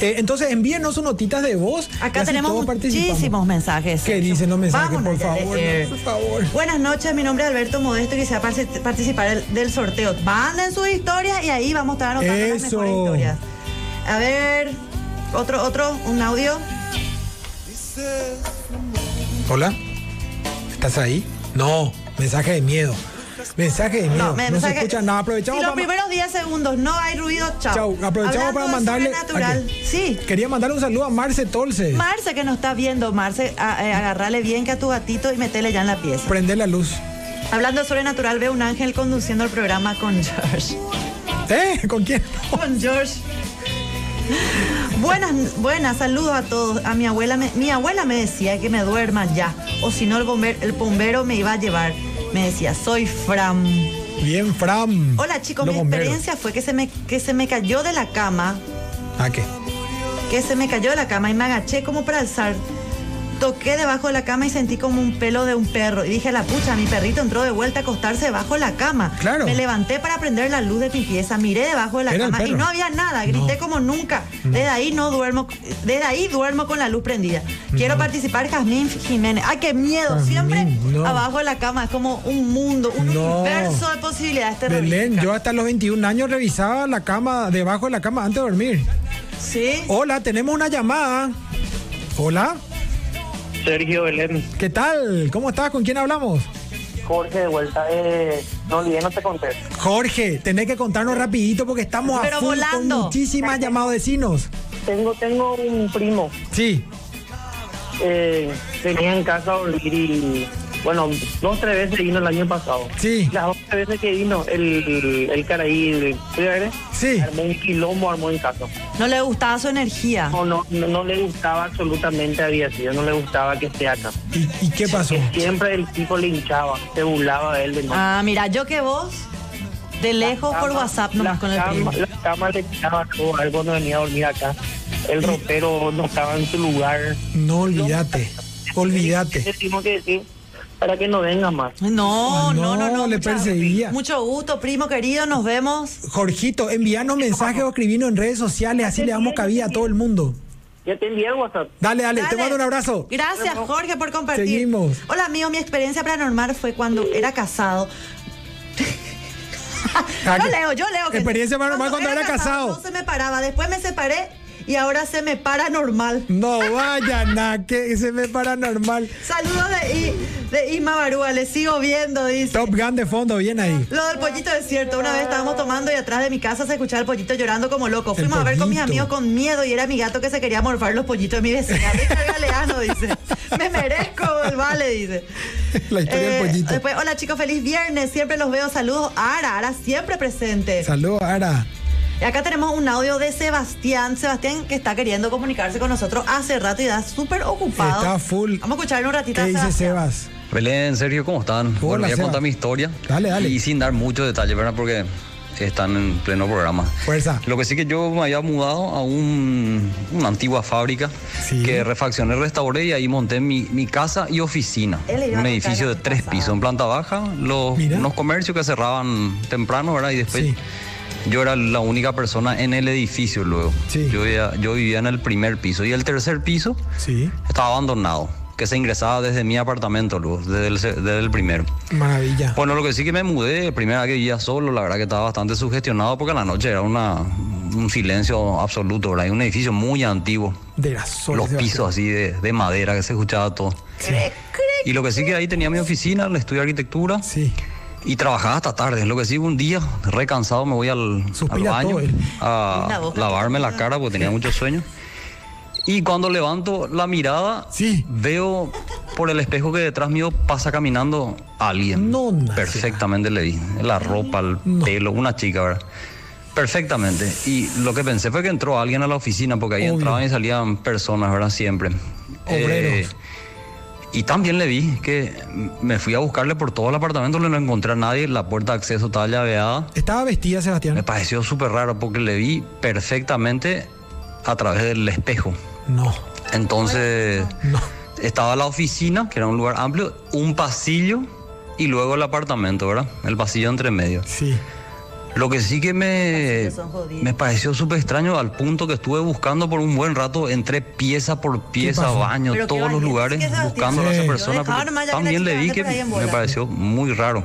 Speaker 1: Eh, entonces envíenos sus notitas de voz. y
Speaker 2: Acá
Speaker 1: así todos
Speaker 2: tenemos
Speaker 1: participamos.
Speaker 2: muchísimos mensajes.
Speaker 1: ¿Qué
Speaker 2: Sergio?
Speaker 1: dicen los mensajes?
Speaker 2: Vámonos
Speaker 1: por
Speaker 2: ya a
Speaker 1: favor,
Speaker 2: leer.
Speaker 1: no, por favor.
Speaker 2: Buenas noches, mi nombre es Alberto Modesto y quisiera partic- participar el- del sorteo. Manden sus historias y ahí vamos a estar anotando las
Speaker 1: Eso.
Speaker 2: mejores historias. A ver, otro, otro, un audio.
Speaker 1: Hola. ¿Estás ahí? No, mensaje de miedo. Mensaje de miedo. No,
Speaker 2: me-
Speaker 1: se
Speaker 2: mensaje-
Speaker 1: escucha nada. Aprovechamos
Speaker 2: Si los
Speaker 1: para-
Speaker 2: primeros 10 segundos no hay ruido, chao.
Speaker 1: Chau, aprovechamos
Speaker 2: Hablando
Speaker 1: para
Speaker 2: de
Speaker 1: mandarle.
Speaker 2: sobrenatural,
Speaker 1: aquí.
Speaker 2: Sí.
Speaker 1: Quería mandarle un saludo a Marce Tolce.
Speaker 2: Marce que nos está viendo, Marce, a- eh, agarrale bien que a tu gatito y metele ya en la pieza.
Speaker 1: Prende la luz.
Speaker 2: Hablando de sobrenatural, veo un ángel conduciendo el programa con George.
Speaker 1: ¿Eh? ¿Con quién?
Speaker 2: Con George. Buenas, buenas, saludos a todos. A mi abuela, me- mi abuela me decía que me duerma ya, o si no el, bomber- el bombero me iba a llevar. Me decía, soy Fram.
Speaker 1: Bien, Fram.
Speaker 2: Hola chicos,
Speaker 1: Mm. Los
Speaker 2: mi
Speaker 1: bomberos.
Speaker 2: experiencia fue que se, me, que se me cayó de la cama
Speaker 1: ¿A Ah, qué?
Speaker 2: que se me cayó de la cama y me agaché como para alzar. Toqué debajo de la cama y sentí como un pelo de un perro. Y dije, la pucha, mi perrito entró de vuelta a acostarse bajo la cama.
Speaker 1: Claro.
Speaker 2: Me levanté para prender la luz de mi pieza, miré debajo de la
Speaker 1: Era el
Speaker 2: cama y
Speaker 1: perro.
Speaker 2: no había nada. Grité
Speaker 1: No.
Speaker 2: como nunca. Desde ahí no duermo, desde ahí duermo con la luz prendida. Quiero participar, Jazmín Jiménez. ¡Ay, qué miedo!
Speaker 1: Jazmín,
Speaker 2: Siempre
Speaker 1: no.
Speaker 2: abajo de la cama es como un mundo, un
Speaker 1: No.
Speaker 2: universo de posibilidades terroríficas.
Speaker 1: Belén, yo hasta los 21 años revisaba la cama, debajo de la cama antes de dormir.
Speaker 2: Sí.
Speaker 1: Hola, tenemos una llamada. Hola,
Speaker 5: Sergio Belén.
Speaker 1: ¿qué tal? ¿Cómo estás? ¿Con quién hablamos?
Speaker 5: Jorge, de vuelta. Eh, no olvidé, no te conté.
Speaker 1: Jorge, tenés que contarnos rapidito porque estamos
Speaker 2: Pero
Speaker 1: a full
Speaker 2: volando.
Speaker 1: con muchísimas llamadas vecinos.
Speaker 5: Tengo, tengo un primo.
Speaker 1: Sí,
Speaker 5: Eh, venía en casa a dormir y, bueno, dos tres veces vino el año pasado.
Speaker 1: Sí.
Speaker 5: Las dos tres veces que vino, el, el caraí, el, ¿sí, eh?
Speaker 1: sí.
Speaker 5: armó un quilombo, armó en casa.
Speaker 2: No le gustaba su energía.
Speaker 5: No, no, no, no le gustaba absolutamente a Díaz, no le gustaba que esté acá.
Speaker 1: ¿Y, y qué pasó?
Speaker 5: Que siempre el tipo le hinchaba, se burlaba de él. De noche.
Speaker 2: Ah, mira, yo que vos, de lejos por
Speaker 5: Cama,
Speaker 2: WhatsApp nomás
Speaker 5: la
Speaker 2: con el
Speaker 5: cama-
Speaker 2: primo.
Speaker 5: La cama le echaba todo, algo no venía a dormir acá. El ropero no estaba en su lugar.
Speaker 1: No olvídate,
Speaker 5: Le
Speaker 1: olvídate.
Speaker 5: Tenemos que decir para que no venga más.
Speaker 2: No, no, no, no.
Speaker 1: Ah, le
Speaker 2: mucha-
Speaker 1: perseguía.
Speaker 2: Mucho gusto, primo querido, nos vemos.
Speaker 1: Jorgito, envíanos mensajes o escribinos en redes sociales, así le damos cabida a todo el mundo.
Speaker 5: Ya te envié el WhatsApp.
Speaker 1: Dale, dale, te
Speaker 2: Dale.
Speaker 1: mando un abrazo.
Speaker 2: Gracias, Jorge, por compartir.
Speaker 1: Seguimos.
Speaker 2: Hola, amigo. Mi experiencia paranormal fue cuando era casado.
Speaker 1: Ah,
Speaker 2: yo
Speaker 1: que-
Speaker 2: leo, yo leo. que-
Speaker 1: Experiencia paranormal cuando era casado.
Speaker 2: No se me paraba. Después me separé y ahora se me paranormal.
Speaker 1: No vayan a que se ve paranormal.
Speaker 2: Saludos de, I- de Isma Barúa. Le sigo viendo, dice.
Speaker 1: Top Gun de fondo, bien ahí.
Speaker 2: Lo del pollito es cierto. Una vez estábamos tomando y atrás de mi casa se escuchaba el pollito llorando como loco.
Speaker 1: El
Speaker 2: Fuimos a ver con mis
Speaker 1: pollito.
Speaker 2: amigos con miedo y era mi gato que se quería morfar los pollitos de mi vecina. Richard Galeano dice. Me merezco el vale, dice. Eh,
Speaker 1: La historia del pollito.
Speaker 2: Después, hola chicos, feliz viernes. Siempre los veo. Saludos, Ara. Ara siempre presente.
Speaker 1: Saludos, Ara.
Speaker 2: Y acá tenemos un audio de Sebastián. Sebastián que está queriendo comunicarse con nosotros hace rato y está súper ocupado.
Speaker 1: Está full.
Speaker 2: Vamos a escuchar en un ratito.
Speaker 1: ¿Qué
Speaker 2: a
Speaker 1: dice
Speaker 2: Sebastián.
Speaker 1: Sebas?
Speaker 8: Belén, Sergio, ¿cómo están? bueno, voy a
Speaker 1: Seba.
Speaker 8: contar mi historia.
Speaker 1: Dale, dale.
Speaker 8: Y sin dar muchos detalles, ¿verdad? Porque están en pleno programa.
Speaker 1: Fuerza.
Speaker 8: Lo que sí que yo me había mudado a un- una antigua fábrica
Speaker 1: Sí.
Speaker 8: que refaccioné, restauré y ahí monté mi, mi casa y oficina.
Speaker 2: Él le iba a
Speaker 8: Un
Speaker 2: contar
Speaker 8: edificio
Speaker 2: la
Speaker 8: de
Speaker 2: vez
Speaker 8: tres
Speaker 2: pasada.
Speaker 8: pisos, en planta baja, los,
Speaker 1: Mira.
Speaker 8: unos comercios que cerraban temprano, ¿verdad? Y después
Speaker 1: Sí.
Speaker 8: yo era la única persona en el edificio luego.
Speaker 1: Sí.
Speaker 8: Yo, vivía, yo vivía en el primer piso y el tercer piso
Speaker 1: Sí.
Speaker 8: estaba abandonado, que se ingresaba desde mi apartamento, luego, desde el, se- desde el primero.
Speaker 1: Maravilla.
Speaker 8: Bueno, lo que sí que me mudé, primera vez que vivía solo, la verdad que estaba bastante sugestionado porque en la noche era una, un silencio absoluto, ¿verdad? Y un edificio muy antiguo,
Speaker 1: De la sola,
Speaker 8: los
Speaker 1: Sebastián.
Speaker 8: pisos así de, de madera que se escuchaba todo. Y lo que sí que ahí tenía mi oficina, el estudio de arquitectura
Speaker 1: Sí.
Speaker 8: y trabajaba hasta tarde. Lo que sí, un día, re cansado, me voy al, al
Speaker 1: Suspira
Speaker 8: baño
Speaker 1: todo él.
Speaker 2: Linda
Speaker 8: a
Speaker 2: boca.
Speaker 8: lavarme la cara porque tenía mucho sueño. Y cuando levanto la mirada,
Speaker 1: Sí.
Speaker 8: veo por el espejo que detrás mío pasa caminando alguien.
Speaker 1: No, no.
Speaker 8: Perfectamente le vi. La ropa, el
Speaker 1: No.
Speaker 8: pelo, una chica, ¿verdad? Perfectamente. Y lo que pensé fue que entró alguien a la oficina porque ahí
Speaker 1: Obvio.
Speaker 8: entraban y salían personas, ¿verdad? Siempre. Eh,
Speaker 1: Obreros.
Speaker 8: y también le vi que me fui a buscarle por todo el apartamento, no le encontré a nadie, la puerta de acceso estaba llaveada.
Speaker 1: Estaba vestida,
Speaker 8: Me
Speaker 1: Sebastián.
Speaker 8: pareció súper raro porque le vi perfectamente a través del espejo.
Speaker 1: No.
Speaker 8: Entonces
Speaker 1: No.
Speaker 8: estaba la oficina, que era un lugar amplio, un pasillo y luego el apartamento, ¿verdad? El pasillo entre medio.
Speaker 1: Sí.
Speaker 8: Lo que sí que me,
Speaker 2: Pasillos son jodidos.
Speaker 8: me pareció súper extraño al punto que estuve buscando por un buen rato, entré pieza por pieza,
Speaker 1: pasó?
Speaker 8: baño,
Speaker 2: Pero qué
Speaker 8: todos los
Speaker 2: valiente,
Speaker 8: lugares,
Speaker 2: sí que Sebastián
Speaker 8: buscando a
Speaker 1: se
Speaker 8: esa
Speaker 1: dio.
Speaker 8: persona.
Speaker 2: Dejaba
Speaker 8: porque
Speaker 2: nomás ya que la
Speaker 8: también le
Speaker 2: chica
Speaker 8: vi
Speaker 2: ande
Speaker 8: que
Speaker 2: por ahí en
Speaker 8: me
Speaker 2: bola.
Speaker 8: pareció muy raro.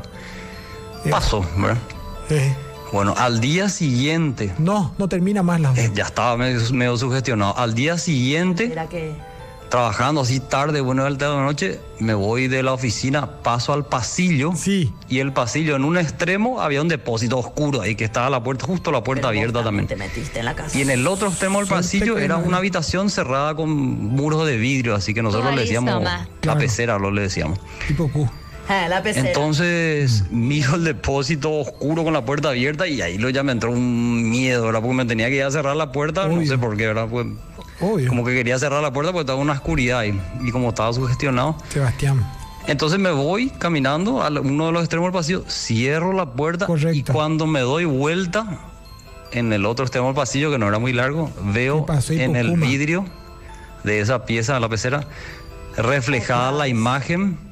Speaker 8: Pasó, ¿verdad?
Speaker 1: Eh,
Speaker 8: Bueno, al día siguiente,
Speaker 1: no, no termina más la.
Speaker 8: eh, ya estaba medio, medio sugestionado, al día siguiente,
Speaker 2: Era que...
Speaker 8: trabajando así tarde, bueno, alta de la noche, me voy de la oficina, paso al pasillo.
Speaker 1: Sí.
Speaker 8: Y el pasillo en un extremo había un depósito oscuro ahí que estaba la puerta, justo la
Speaker 2: Pero
Speaker 8: puerta
Speaker 2: vos
Speaker 8: abierta también.
Speaker 2: Te metiste en la casa.
Speaker 8: Y en el otro extremo del
Speaker 1: Suerte
Speaker 8: pasillo
Speaker 1: que
Speaker 8: era
Speaker 1: no.
Speaker 8: una habitación cerrada con muros de vidrio, así que nosotros le decíamos la
Speaker 1: Claro.
Speaker 8: pecera, lo le decíamos.
Speaker 1: Tipo Q.
Speaker 2: Ah, la pecera.
Speaker 8: Entonces miro el depósito oscuro con la puerta abierta y ahí lo ya me entró un miedo, ¿verdad? Porque me tenía que ir a cerrar la puerta, no
Speaker 1: Obvio.
Speaker 8: sé por qué, ¿verdad? Pues,
Speaker 1: Obvio.
Speaker 8: como que quería cerrar la puerta porque estaba una oscuridad ahí y como estaba sugestionado.
Speaker 1: Sebastián.
Speaker 8: Entonces me voy caminando a la- uno de los extremos del pasillo, cierro la puerta y
Speaker 1: Correcto.
Speaker 8: cuando me doy vuelta en el otro extremo del pasillo, que no era muy largo, veo
Speaker 1: ¿Qué pasó,
Speaker 8: en el
Speaker 1: Hipocuma?
Speaker 8: vidrio de esa pieza de la pecera reflejada la imagen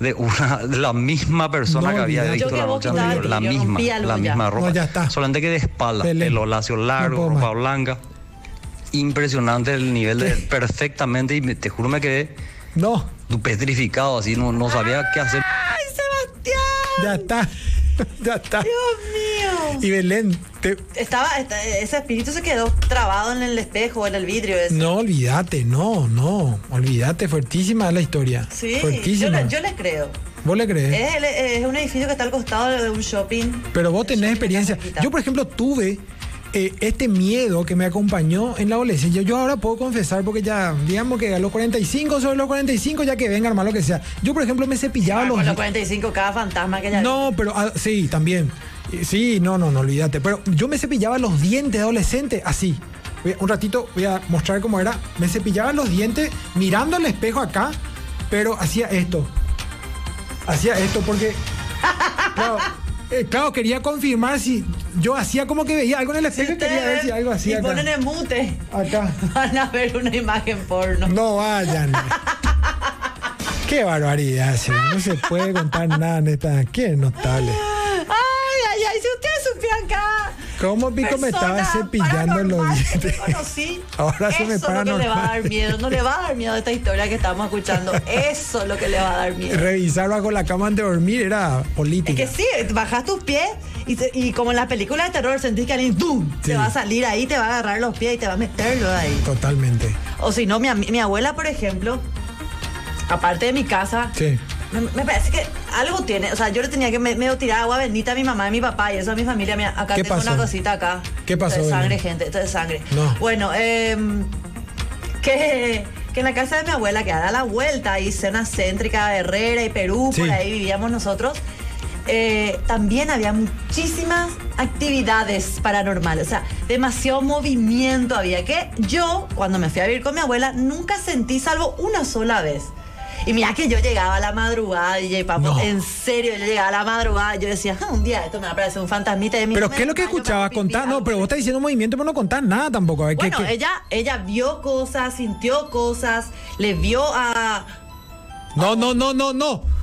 Speaker 8: de una de la misma
Speaker 1: No
Speaker 8: persona que había
Speaker 1: olvidate.
Speaker 8: visto
Speaker 2: Yo que
Speaker 8: la
Speaker 2: vos
Speaker 8: noche
Speaker 2: quitaba el
Speaker 8: anterior, la
Speaker 2: vidrio,
Speaker 8: misma,
Speaker 2: rompía algo
Speaker 8: la
Speaker 2: ya.
Speaker 8: misma ropa.
Speaker 1: No, ya está.
Speaker 8: Solamente que de espalda,
Speaker 1: Belén.
Speaker 8: pelo lacio
Speaker 1: puedo
Speaker 8: largo,
Speaker 1: más.
Speaker 8: ropa blanca. Impresionante el nivel de perfectamente y me- te juro me quedé
Speaker 1: No.
Speaker 8: petrificado, así, no, no sabía qué hacer.
Speaker 2: ¡Ay, Sebastián!
Speaker 1: Ya está. ya está.
Speaker 2: ¡Dios mío!
Speaker 1: Y Belén, te-
Speaker 2: Estaba, esta- ese espíritu se quedó trabado en el espejo, en el vidrio. ese.
Speaker 1: no olvídate, no, no. Olvídate, fuertísima la historia.
Speaker 2: Sí, yo,
Speaker 1: Fuertísima.
Speaker 2: le- yo les creo.
Speaker 1: ¿Vos le crees?
Speaker 2: Es, el- es un edificio que está al costado de un shopping.
Speaker 1: Pero vos tenés
Speaker 2: Sí,
Speaker 1: experiencia.
Speaker 2: cerquita.
Speaker 1: Yo, por ejemplo, tuve eh, este miedo que me acompañó en la adolescencia. Yo ahora puedo confesar porque ya, digamos que a los 45, sobre los 45, ya que venga, hermano, lo que sea. Yo, por ejemplo, me cepillaba
Speaker 2: Ah, Con
Speaker 1: los...
Speaker 2: los 45 cada fantasma que ya
Speaker 1: No, pero ah, sí, también. Eh, Sí, no, no, no, olvídate. Pero yo me cepillaba los dientes de adolescente así. Voy a- Un ratito voy a mostrar cómo era. Me cepillaba los dientes mirando al espejo acá, pero hacía esto. Hacía esto porque. Claro, eh, claro, quería confirmar si yo hacía como que veía algo en el espejo y quería ver si algo
Speaker 2: así. Y
Speaker 1: hacía.
Speaker 2: ponen
Speaker 1: Acá.
Speaker 2: en mute.
Speaker 1: Acá.
Speaker 2: Van a ver una imagen porno.
Speaker 1: No vayan. Qué barbaridad, señor. No se puede contar nada, neta. Qué notable.
Speaker 2: Ay, ay, ay, si ustedes supieran cada,
Speaker 1: ¿Cómo Pico me estaba
Speaker 2: Persona
Speaker 1: cepillando los
Speaker 2: paranormal que
Speaker 1: dientes?
Speaker 2: conocí.
Speaker 1: Ahora se me
Speaker 2: Eso es lo que le va a dar
Speaker 1: paranormal.
Speaker 2: miedo. No le va a dar miedo esta historia que estamos escuchando. Eso es lo que le va a dar miedo.
Speaker 1: Revisar bajo la cama antes de dormir era
Speaker 2: Es
Speaker 1: política.
Speaker 2: que sí, bajas tus pies y, te- y como en las películas de terror sentís que alguien ¡tum!
Speaker 1: Sí.
Speaker 2: te va a salir ahí, te va a agarrar los pies y te va a meterlo ahí.
Speaker 1: Totalmente.
Speaker 2: O si no, mi, am- mi abuela, por ejemplo, aparte de mi casa,
Speaker 1: Sí.
Speaker 2: me, me parece que algo tiene. O sea, yo le tenía que me- medio tirar agua bendita a mi mamá y mi papá y eso a mi familia. Mira, acá
Speaker 1: ¿Qué
Speaker 2: tengo
Speaker 1: pasó?
Speaker 2: una cosita acá.
Speaker 1: ¿Qué pasó,
Speaker 2: Esto es
Speaker 1: Belén?
Speaker 2: sangre, gente, esto es sangre.
Speaker 1: No.
Speaker 2: Bueno, em, que, que en la casa de mi abuela, que da la vuelta ahí, zona céntrica, Herrera y Perú,
Speaker 1: Sí.
Speaker 2: por ahí vivíamos nosotros. eh, también había muchísimas actividades paranormales, o sea, demasiado movimiento había que yo, cuando me fui a vivir con mi abuela, nunca sentí salvo una sola vez. Y mira que yo llegaba a la madrugada, DJ Papo,
Speaker 1: No.
Speaker 2: en serio, yo llegaba a la madrugada, yo decía, "Ah, un día esto me va a aparecer un fantasmita de mi
Speaker 1: Pero ¿qué es lo que escuchabas? Contar. No, pero vos estás diciendo movimiento, pero no contás nada tampoco. A ver, ¿qué-
Speaker 2: Bueno,
Speaker 1: qué?
Speaker 2: ella, ella vio cosas, sintió cosas, le vio a.
Speaker 1: No, no, no, no, no.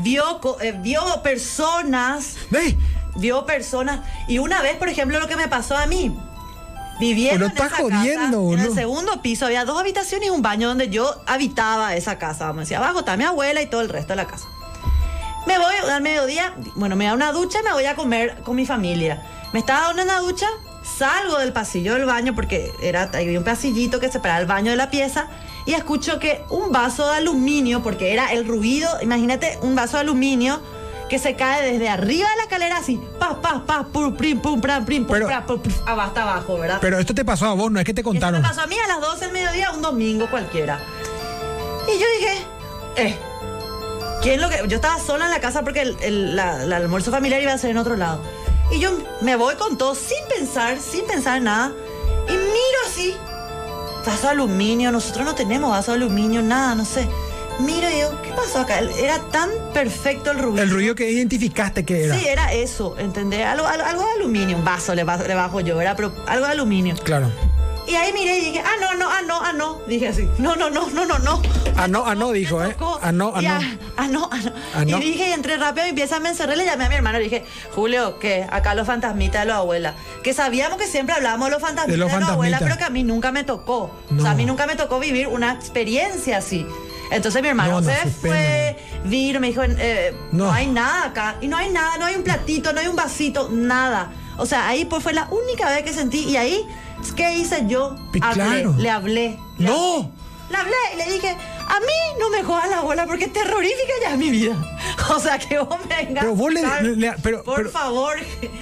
Speaker 2: vio, co- eh, vio personas.
Speaker 1: Ey,
Speaker 2: Vio personas. Y una vez, por ejemplo, lo que me pasó a mí. Viviendo
Speaker 1: Pero
Speaker 2: en
Speaker 1: estás
Speaker 2: esa casa,
Speaker 1: jodiendo,
Speaker 2: en
Speaker 1: boludo.
Speaker 2: el segundo piso había dos habitaciones y un baño donde yo habitaba esa casa. Vamos a decir, abajo está mi abuela y todo el resto de la casa. Me voy al mediodía, bueno, me da una ducha, me voy a comer con mi familia. Me estaba dando una ducha, salgo del pasillo del baño porque era había un pasillito que separaba el baño de la pieza y escucho que un vaso de aluminio, porque era el ruido, imagínate un vaso de aluminio que se cae desde arriba de la escalera así, pas, pas, pas, pur, prim, pum, pram, prim, pum,
Speaker 1: Pero-
Speaker 2: pram, pum, pum, hasta abajo, ¿verdad?
Speaker 1: Pero esto te pasó a vos, no es que te contaron.
Speaker 2: Eso me pasó a mí a las 12 del mediodía, un domingo cualquiera. Y yo dije, eh, ¿quién lo que.? Yo estaba sola en la casa porque el, el- la- el almuerzo familiar iba a ser en otro lado. Y yo me voy con todo sin pensar, sin pensar en nada. Y miro así, vaso de aluminio, nosotros no tenemos vaso de aluminio, nada, no sé. Miro y digo, ¿qué pasó acá? Era tan perfecto el ruido.
Speaker 1: El ruido que identificaste que era.
Speaker 2: Sí, eh. era eso, ¿entendés? Algo, algo, algo de aluminio, un vaso le, bajo- le bajo yo, era Pero algo de aluminio.
Speaker 1: Claro.
Speaker 2: Y ahí miré y dije, ah, no, no, ah, no, ah, no. Dije así, no, no, no, no, no, no.
Speaker 1: Ah, no, ah, no, dijo,
Speaker 2: Me
Speaker 1: ¿eh?
Speaker 2: tocó.
Speaker 1: Ah, no, ah,
Speaker 2: Y
Speaker 1: no.
Speaker 2: Ah, no, ah, no.
Speaker 1: Ah, no.
Speaker 2: Y dije, y entré rápido y empieza a me encerré, le llamé a mi hermano y le dije, Julio, ¿qué? Acá los fantasmitas de los abuelas. Que sabíamos que siempre hablábamos de los fantasmitas de
Speaker 1: De los
Speaker 2: los, abuelas,
Speaker 1: fantasmitas.
Speaker 2: pero que a mí nunca me tocó. O
Speaker 1: No.
Speaker 2: sea, a mí nunca me tocó vivir una experiencia así. Entonces mi
Speaker 1: No,
Speaker 2: hermano
Speaker 1: no,
Speaker 2: se
Speaker 1: qué
Speaker 2: fue, vino, me dijo, eh,
Speaker 1: No.
Speaker 2: no. hay nada acá. Y no hay nada, no hay un platito, no hay un vasito, nada. O sea, ahí pues fue la única vez que sentí. Y ahí, ¿qué hice yo?
Speaker 1: Pi-
Speaker 2: Hablé,
Speaker 1: claro.
Speaker 2: Le hablé. le
Speaker 1: ¡No!
Speaker 2: le hablé y le dije, a mí no me jodas la bola porque terrorífica ya es mi vida. O sea, que vos me vengas.
Speaker 1: Pero vos le-
Speaker 2: a buscar.
Speaker 1: le- le- pero-
Speaker 2: por
Speaker 1: pero-
Speaker 2: favor.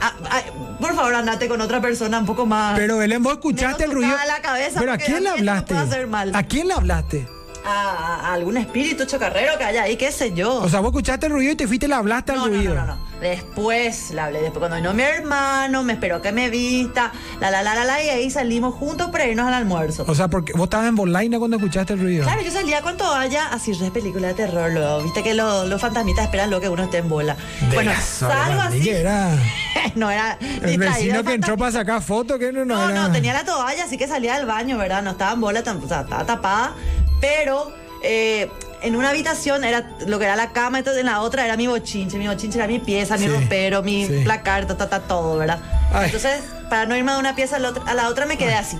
Speaker 2: a- a- por favor, andate con otra persona un poco más.
Speaker 1: Pero Belén, vos escuchaste el
Speaker 2: Menos
Speaker 1: ruido.
Speaker 2: tocada la cabeza,
Speaker 1: Pero ¿a
Speaker 2: porque
Speaker 1: quién le
Speaker 2: a mí esto me
Speaker 1: hablaste?
Speaker 2: puede hacer mal.
Speaker 1: ¿A quién le hablaste?
Speaker 2: a, a algún espíritu chocarrero que haya ahí, qué sé yo.
Speaker 1: O sea, vos escuchaste el ruido y te fuiste y le hablaste al
Speaker 2: no, no,
Speaker 1: ruido.
Speaker 2: no, no, no. Después la hablé, después cuando vino mi hermano, me esperó que me vista, la la la la la, y ahí salimos juntos para irnos al almuerzo.
Speaker 1: O sea, porque vos estabas en Bolaina cuando escuchaste el ruido.
Speaker 2: Claro, yo salía cuanto haya así re película de terror luego. Viste que lo- los fantasmitas esperan lo que uno esté en bola.
Speaker 1: De
Speaker 2: bueno,
Speaker 1: la
Speaker 2: salgo así.
Speaker 1: soberanía Era
Speaker 2: no era
Speaker 1: el
Speaker 2: distraída
Speaker 1: vecino
Speaker 2: el
Speaker 1: que entró
Speaker 2: fantasmita.
Speaker 1: para sacar fotos, que no, no,
Speaker 2: No,
Speaker 1: era.
Speaker 2: no, tenía la toalla, así que salía del baño, ¿verdad? No estaba en bola, tan- o sea, estaba tapada. Pero eh, en una habitación era lo que era la cama, entonces en la otra era mi bochinche. Mi bochinche era mi pieza, mi
Speaker 1: Sí,
Speaker 2: ropero, mi
Speaker 1: sí.
Speaker 2: placar, ta, ta, ta, todo, ¿verdad?
Speaker 1: Ay.
Speaker 2: Entonces, para no irme de una pieza a la otra, a la otra me quedé así.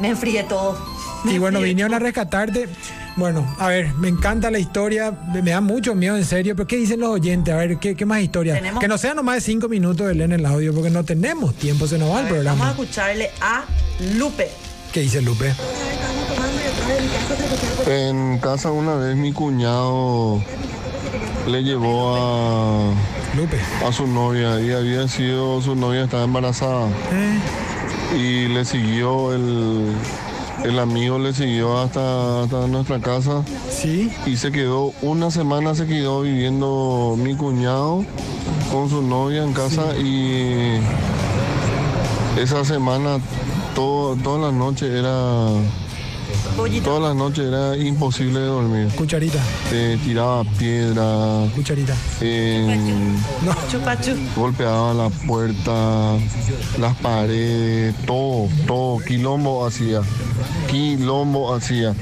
Speaker 2: Me enfrié todo.
Speaker 1: Y
Speaker 2: Me
Speaker 1: bueno,
Speaker 2: enfrié
Speaker 1: vinieron a rescatarte. Bueno, a ver, me encanta la historia, me me da mucho miedo, en serio, pero ¿qué dicen los oyentes? A ver, ¿qué, qué más historias?
Speaker 2: Tenemos-
Speaker 1: Que no sean nomás de cinco minutos de leer en el audio, porque no tenemos tiempo, se nos va
Speaker 2: A
Speaker 1: el
Speaker 2: ver, Vamos a
Speaker 1: programa.
Speaker 2: escucharle a Lupe.
Speaker 1: ¿Qué dice Lupe?
Speaker 9: En casa una vez mi cuñado le llevó
Speaker 1: Lupe.
Speaker 9: a, a su novia y había sido, su novia estaba embarazada
Speaker 1: Eh,
Speaker 9: y le siguió el, el amigo le siguió hasta, hasta nuestra casa
Speaker 1: sí,
Speaker 9: y se quedó una semana se quedó viviendo mi cuñado con su novia en casa y esa semana todo, todas las noches era
Speaker 2: Pollito.
Speaker 9: todas las noches era imposible dormir
Speaker 1: cucharita,
Speaker 9: eh, tiraba piedra,
Speaker 1: cucharita.
Speaker 9: eh,
Speaker 2: Chupachu.
Speaker 9: Golpeaba la puerta, las paredes, todo, todo, quilombo hacía, quilombo hacía.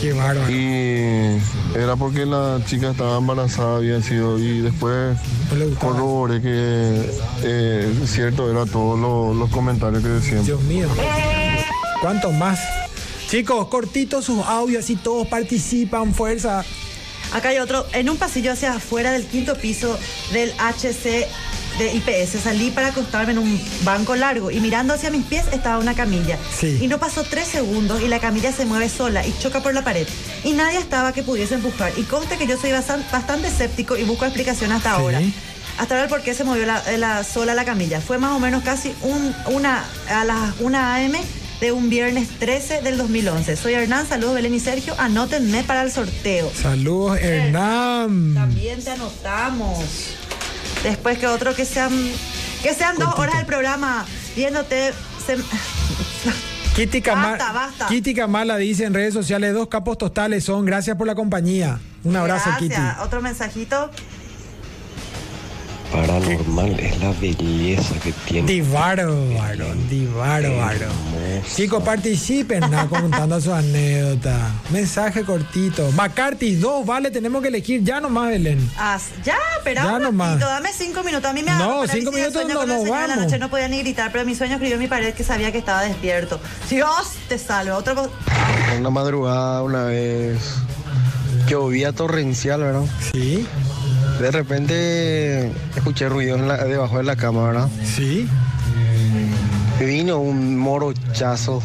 Speaker 1: Qué bárbaro.
Speaker 9: Y era porque la chica estaba embarazada, había sido, y después
Speaker 1: No le gustaba.
Speaker 9: corroboré que eh, cierto era todos los- los comentarios que decían.
Speaker 1: Dios mío. ¿Cuántos más? Chicos, cortitos sus audios, así todos participan, fuerza.
Speaker 2: Acá hay otro. En un pasillo hacia afuera del quinto piso del HC de IPS salí para acostarme en un banco largo y mirando hacia mis pies estaba una camilla.
Speaker 1: Sí.
Speaker 2: Y no pasó tres segundos y la camilla se mueve sola y choca por la pared. Y nadie estaba que pudiese empujar. Y conste que yo soy bastan- bastante escéptico y busco explicación hasta
Speaker 1: Sí.
Speaker 2: ahora. Hasta ahora el por qué se movió la, la- sola la camilla. Fue más o menos casi un, una, a las 1 a.m. de un viernes 13 del 2011. Soy Hernán, saludos Belén y Sergio. Anótenme para el sorteo.
Speaker 1: Saludos, Hernán.
Speaker 2: También te anotamos. Después que otro que sean que sean dos horas del programa viéndote. se-
Speaker 1: Kitty, Camar
Speaker 2: Basta, basta.
Speaker 1: Kitty Kamala dice en redes sociales, dos capos totales son, gracias por la compañía. Un abrazo,
Speaker 2: Gracias.
Speaker 1: Kitty.
Speaker 2: Otro mensajito.
Speaker 10: Paranormal es la belleza que tiene.
Speaker 1: Di bárbaro, di bárbaro. Chicos, participen, na, contando su anécdota. Mensaje cortito. McCarthy, dos, vale, tenemos que elegir ya nomás, Belén.
Speaker 2: Haz- ya, espera
Speaker 1: Ya
Speaker 2: un
Speaker 1: nomás.
Speaker 2: ratito, dame cinco minutos. A mí me
Speaker 1: No,
Speaker 2: agarró
Speaker 1: cinco
Speaker 2: parálisis
Speaker 1: minutos
Speaker 2: del sueño
Speaker 1: no,
Speaker 2: con el
Speaker 1: no,
Speaker 2: señor de la
Speaker 1: vamos.
Speaker 2: noche no podía ni gritar, pero mi sueño escribió en mi pared que sabía que estaba despierto. Dios te salve. Otro po-
Speaker 10: Una madrugada, una vez. Llovía torrencial, ¿verdad?
Speaker 1: Sí,
Speaker 10: De repente escuché ruido en la- debajo de la cama, ¿verdad?
Speaker 1: sí.
Speaker 10: Vino un morochazo.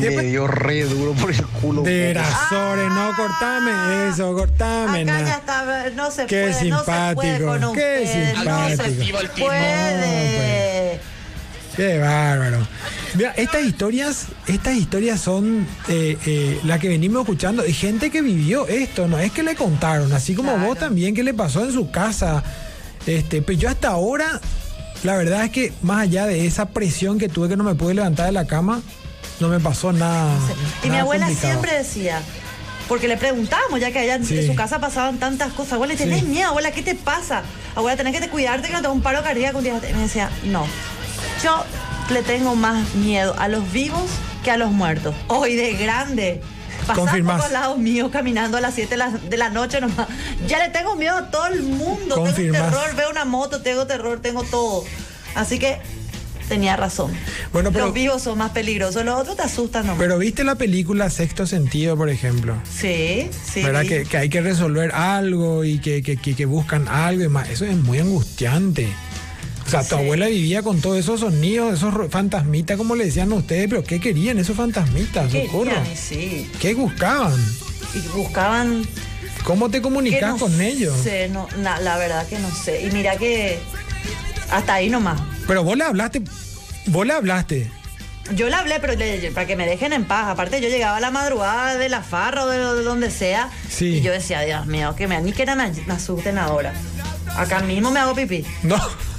Speaker 1: ¿Qué pa-
Speaker 10: Me dio re duro por el culo.
Speaker 1: De Rasores, no, cortame eso, cortame.
Speaker 2: Ah. Acá
Speaker 1: na.
Speaker 2: ya está, no se
Speaker 1: Ah, Qué
Speaker 2: puede, no se puede
Speaker 1: simpático,
Speaker 2: con un
Speaker 1: qué
Speaker 2: No se
Speaker 1: simpático. pues.
Speaker 2: puede.
Speaker 1: Qué bárbaro. Mira, estas historias, estas historias son eh, eh, las que venimos escuchando. Y gente que vivió esto, no es que le contaron, así como
Speaker 2: Claro.
Speaker 1: vos también, que le pasó en su casa. Este, pero yo hasta ahora, la verdad es que más allá de esa presión que tuve que no me pude levantar de la cama, no me pasó nada. Ah,
Speaker 2: Y mi
Speaker 1: nada
Speaker 2: abuela
Speaker 1: complicado.
Speaker 2: siempre decía, porque le preguntábamos, ya que allá en-
Speaker 1: Sí.
Speaker 2: en su casa pasaban tantas cosas, abuela, ¿y ¿tenés
Speaker 1: Sí.
Speaker 2: miedo, abuela? ¿Qué te pasa? Abuela, tenés que te cuidarte que no te da un paro cardíaco un día. Y Me decía, no, yo le tengo más miedo a los vivos que a los muertos. Hoy de grande. Pasamos
Speaker 1: Confirmás.
Speaker 2: por al lado mío caminando a las 7 de la, de la noche nomás. Ya le tengo miedo a todo el mundo.
Speaker 1: Confirmás.
Speaker 2: Tengo terror, veo una moto, tengo terror, tengo todo. Así que tenía razón.
Speaker 1: Bueno, pero-
Speaker 2: los vivos son más peligrosos, los otros te asustan nomás.
Speaker 1: Pero viste la película Sexto Sentido, por ejemplo.
Speaker 2: Sí, sí.
Speaker 1: ¿Verdad? Que, que hay que resolver algo y que, que- que- que buscan algo y más. Eso es muy angustiante. O sea, tu
Speaker 2: Sí.
Speaker 1: abuela vivía con todos esos sonidos, esos ro- fantasmitas, como le decían a ustedes, pero ¿qué querían esos fantasmitas?
Speaker 2: Querían,
Speaker 1: Socorro.
Speaker 2: y sí.
Speaker 1: ¿Qué buscaban?
Speaker 2: Y buscaban.
Speaker 1: ¿Cómo te
Speaker 2: que
Speaker 1: comunicas
Speaker 2: no
Speaker 1: con ellos?
Speaker 2: sé, no, na- la verdad que no sé. Y mira que. Hasta ahí nomás.
Speaker 1: Pero vos le hablaste, vos le hablaste.
Speaker 2: Yo le hablé, pero le- para que me dejen en paz. Aparte, yo llegaba a la madrugada de la farra o de, lo- de donde sea.
Speaker 1: Sí.
Speaker 2: Y yo decía, Dios mío, que me aniqueran, me asusten ahora. Acá mismo me hago pipí.
Speaker 1: No.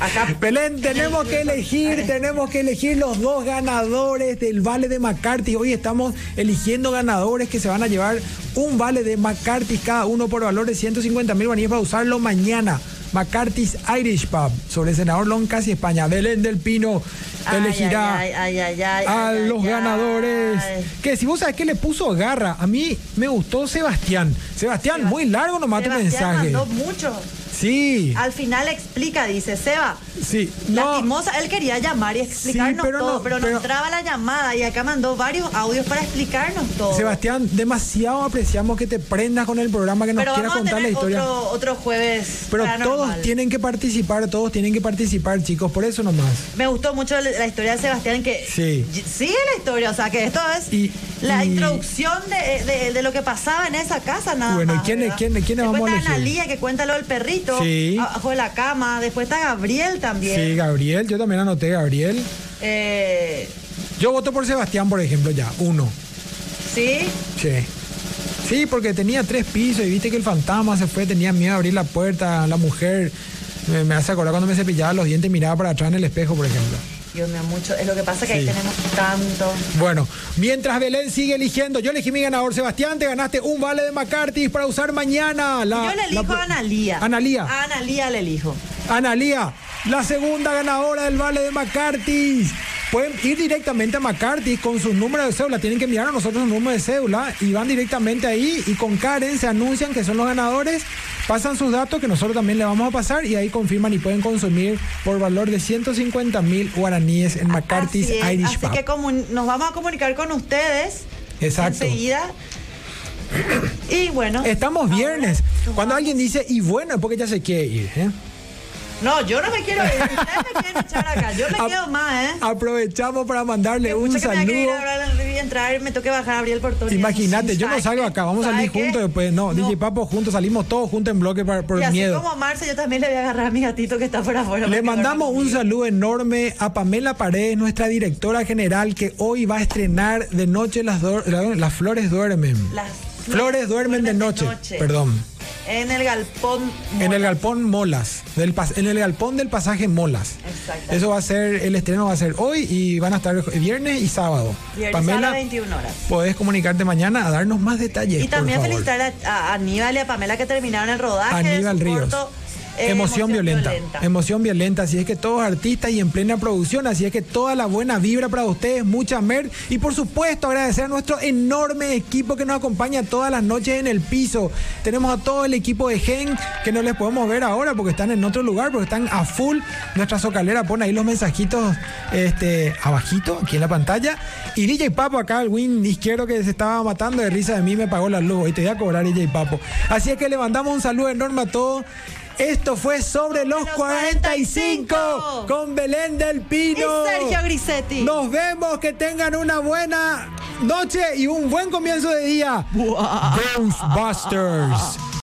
Speaker 2: Acá.
Speaker 1: Belén, tenemos que elegir, tenemos que elegir los dos ganadores del vale de McCarthy. Hoy estamos eligiendo ganadores que se van a llevar un vale de McCarthy cada uno por valor de 150 mil guaníes para usarlo mañana. McCarthy's Irish Pub sobre Senador Loncas y España. Belén del Pino
Speaker 2: Ay,
Speaker 1: elegirá
Speaker 2: ay, ay, ay, ay,
Speaker 1: a
Speaker 2: ay, ay,
Speaker 1: los
Speaker 2: ay.
Speaker 1: ganadores. Que si vos sabés que le puso garra, a mí me gustó Sebastián. Sebastián, muy largo nomás
Speaker 2: Sebastián
Speaker 1: tu mensaje.
Speaker 2: mandó mucho.
Speaker 1: Sí,
Speaker 2: Al final explica, dice Seba.
Speaker 1: sí. No,
Speaker 2: Lastimosa, él quería llamar y explicarnos
Speaker 1: pero
Speaker 2: todo,
Speaker 1: no,
Speaker 2: pero,
Speaker 1: pero-
Speaker 2: no entraba la llamada y acá mandó varios audios para explicarnos todo.
Speaker 1: Sebastián, demasiado apreciamos que te prendas con el programa, que nos
Speaker 2: pero
Speaker 1: quieras
Speaker 2: vamos a
Speaker 1: contar la
Speaker 2: tener
Speaker 1: historia.
Speaker 2: otro, otro jueves.
Speaker 1: Pero
Speaker 2: paranormal.
Speaker 1: todos tienen que participar, todos tienen que participar, chicos, por eso nomás.
Speaker 2: Me gustó mucho la la historia de Sebastián que
Speaker 1: Sí.
Speaker 2: y- sigue la historia, o sea que esto es
Speaker 1: Y-
Speaker 2: la
Speaker 1: y-
Speaker 2: introducción de, de- de lo que pasaba en esa casa nada
Speaker 1: Bueno, ¿y
Speaker 2: más,
Speaker 1: quiénes-
Speaker 2: ¿verdad?
Speaker 1: quiénes- quiénes
Speaker 2: Después
Speaker 1: vamos a
Speaker 2: está
Speaker 1: elegir?
Speaker 2: Analía que cuenta lo del perrito
Speaker 1: Sí.
Speaker 2: abajo de la cama, después está Gabriel
Speaker 1: Sí,
Speaker 2: también.
Speaker 1: Gabriel, yo también anoté Gabriel.
Speaker 2: Eh,
Speaker 1: Yo voto por Sebastián, por ejemplo, ya, uno.
Speaker 2: sí.
Speaker 1: Che. Sí, porque tenía tres pisos y viste que el fantasma se fue, tenía miedo de abrir la puerta, la mujer. Me, me hace acordar cuando me cepillaba los dientes, miraba para atrás en el espejo, por ejemplo.
Speaker 2: Dios mío, mucho. Es lo que pasa que ahí
Speaker 1: Sí.
Speaker 2: tenemos tanto.
Speaker 1: Bueno, mientras Belén sigue eligiendo, yo elegí mi ganador, Sebastián, te ganaste un vale de McCarthy para usar mañana. La,
Speaker 2: Yo le elijo
Speaker 1: la-
Speaker 2: a Analía. Ah.
Speaker 1: Analía.
Speaker 2: A Analía le elijo.
Speaker 1: Analía, la segunda ganadora del Vale de McCarthy's. Pueden ir directamente a McCarthy con sus números de cédula. Tienen que enviar a nosotros un número de cédula y van directamente ahí y con Karen se anuncian que son los ganadores, pasan sus datos que nosotros también le vamos a pasar y ahí confirman y pueden consumir por valor de 150 mil guaraníes en McCarthy's
Speaker 2: Así es,
Speaker 1: Irish
Speaker 2: así
Speaker 1: Pub.
Speaker 2: que comun- nos vamos a comunicar con ustedes
Speaker 1: Exacto.
Speaker 2: enseguida. Y bueno,
Speaker 1: Estamos viernes. Cuando alguien dice, y bueno, es porque ya se quiere ir. ¿eh?
Speaker 2: no, yo no me quiero ir. Ustedes me quieren echar acá. Yo me
Speaker 1: Ap-
Speaker 2: quedo más, ¿eh?
Speaker 1: Aprovechamos para mandarle un
Speaker 2: Pucha que me haya que ir
Speaker 1: saludo.
Speaker 2: a hablar- y entrar, me toque bajar, abrir el portón. y
Speaker 1: Imagínate,
Speaker 2: eso,
Speaker 1: yo no
Speaker 2: ¿sabes
Speaker 1: salgo
Speaker 2: qué?
Speaker 1: acá, vamos a salir
Speaker 2: ¿Sabes qué?
Speaker 1: juntos después. No, DJ Papo juntos, salimos todos juntos en bloque para- por
Speaker 2: Y
Speaker 1: el
Speaker 2: así
Speaker 1: miedo.
Speaker 2: como Marce, yo también le voy a agarrar a mi gatito que está fuera afuera.
Speaker 1: Le
Speaker 2: porque
Speaker 1: mandamos un saludo enorme a Pamela Paredes, nuestra directora general, que hoy va a estrenar de noche las, do- la- las flores duermen.
Speaker 2: Las
Speaker 1: flores duermen de noche,
Speaker 2: noche.
Speaker 1: perdón.
Speaker 2: En el galpón.
Speaker 1: En el galpón Molas, del pas- en el galpón del pasaje Molas.
Speaker 2: Exactamente.
Speaker 1: Eso va a ser, el estreno va a ser hoy y van a estar viernes y sábado.
Speaker 2: Viernes a las
Speaker 1: Pamela,
Speaker 2: 21 horas.
Speaker 1: podés comunicarte mañana a darnos más detalles.
Speaker 2: Y también
Speaker 1: por favor.
Speaker 2: felicitar a, a Aníbal y a Pamela que terminaron el rodaje.
Speaker 1: Aníbal
Speaker 2: de su
Speaker 1: Ríos.
Speaker 2: corto, eh,
Speaker 1: emoción, violenta. Emoción violenta. Así es que todos artistas y en plena producción. Así es que toda la buena vibra para ustedes. Mucha mer. Y por supuesto, agradecer a nuestro enorme equipo que nos acompaña todas las noches en el piso. Tenemos a todo el equipo de Gen que no les podemos ver ahora porque están en otro lugar, porque están a full. Nuestra socalera pone ahí los mensajitos este, abajito, aquí en la pantalla. Y DJ Papo acá, el win izquierdo que se estaba matando de risa de mí, me pagó la luz. Hoy te voy a cobrar, DJ Papo. Así es que le mandamos un saludo enorme a todos. Esto fue sobre los 45 con Belén del Pino.
Speaker 2: Y Sergio Grisetti.
Speaker 1: Nos vemos, que tengan una buena noche y un buen comienzo de día. Ghostbusters.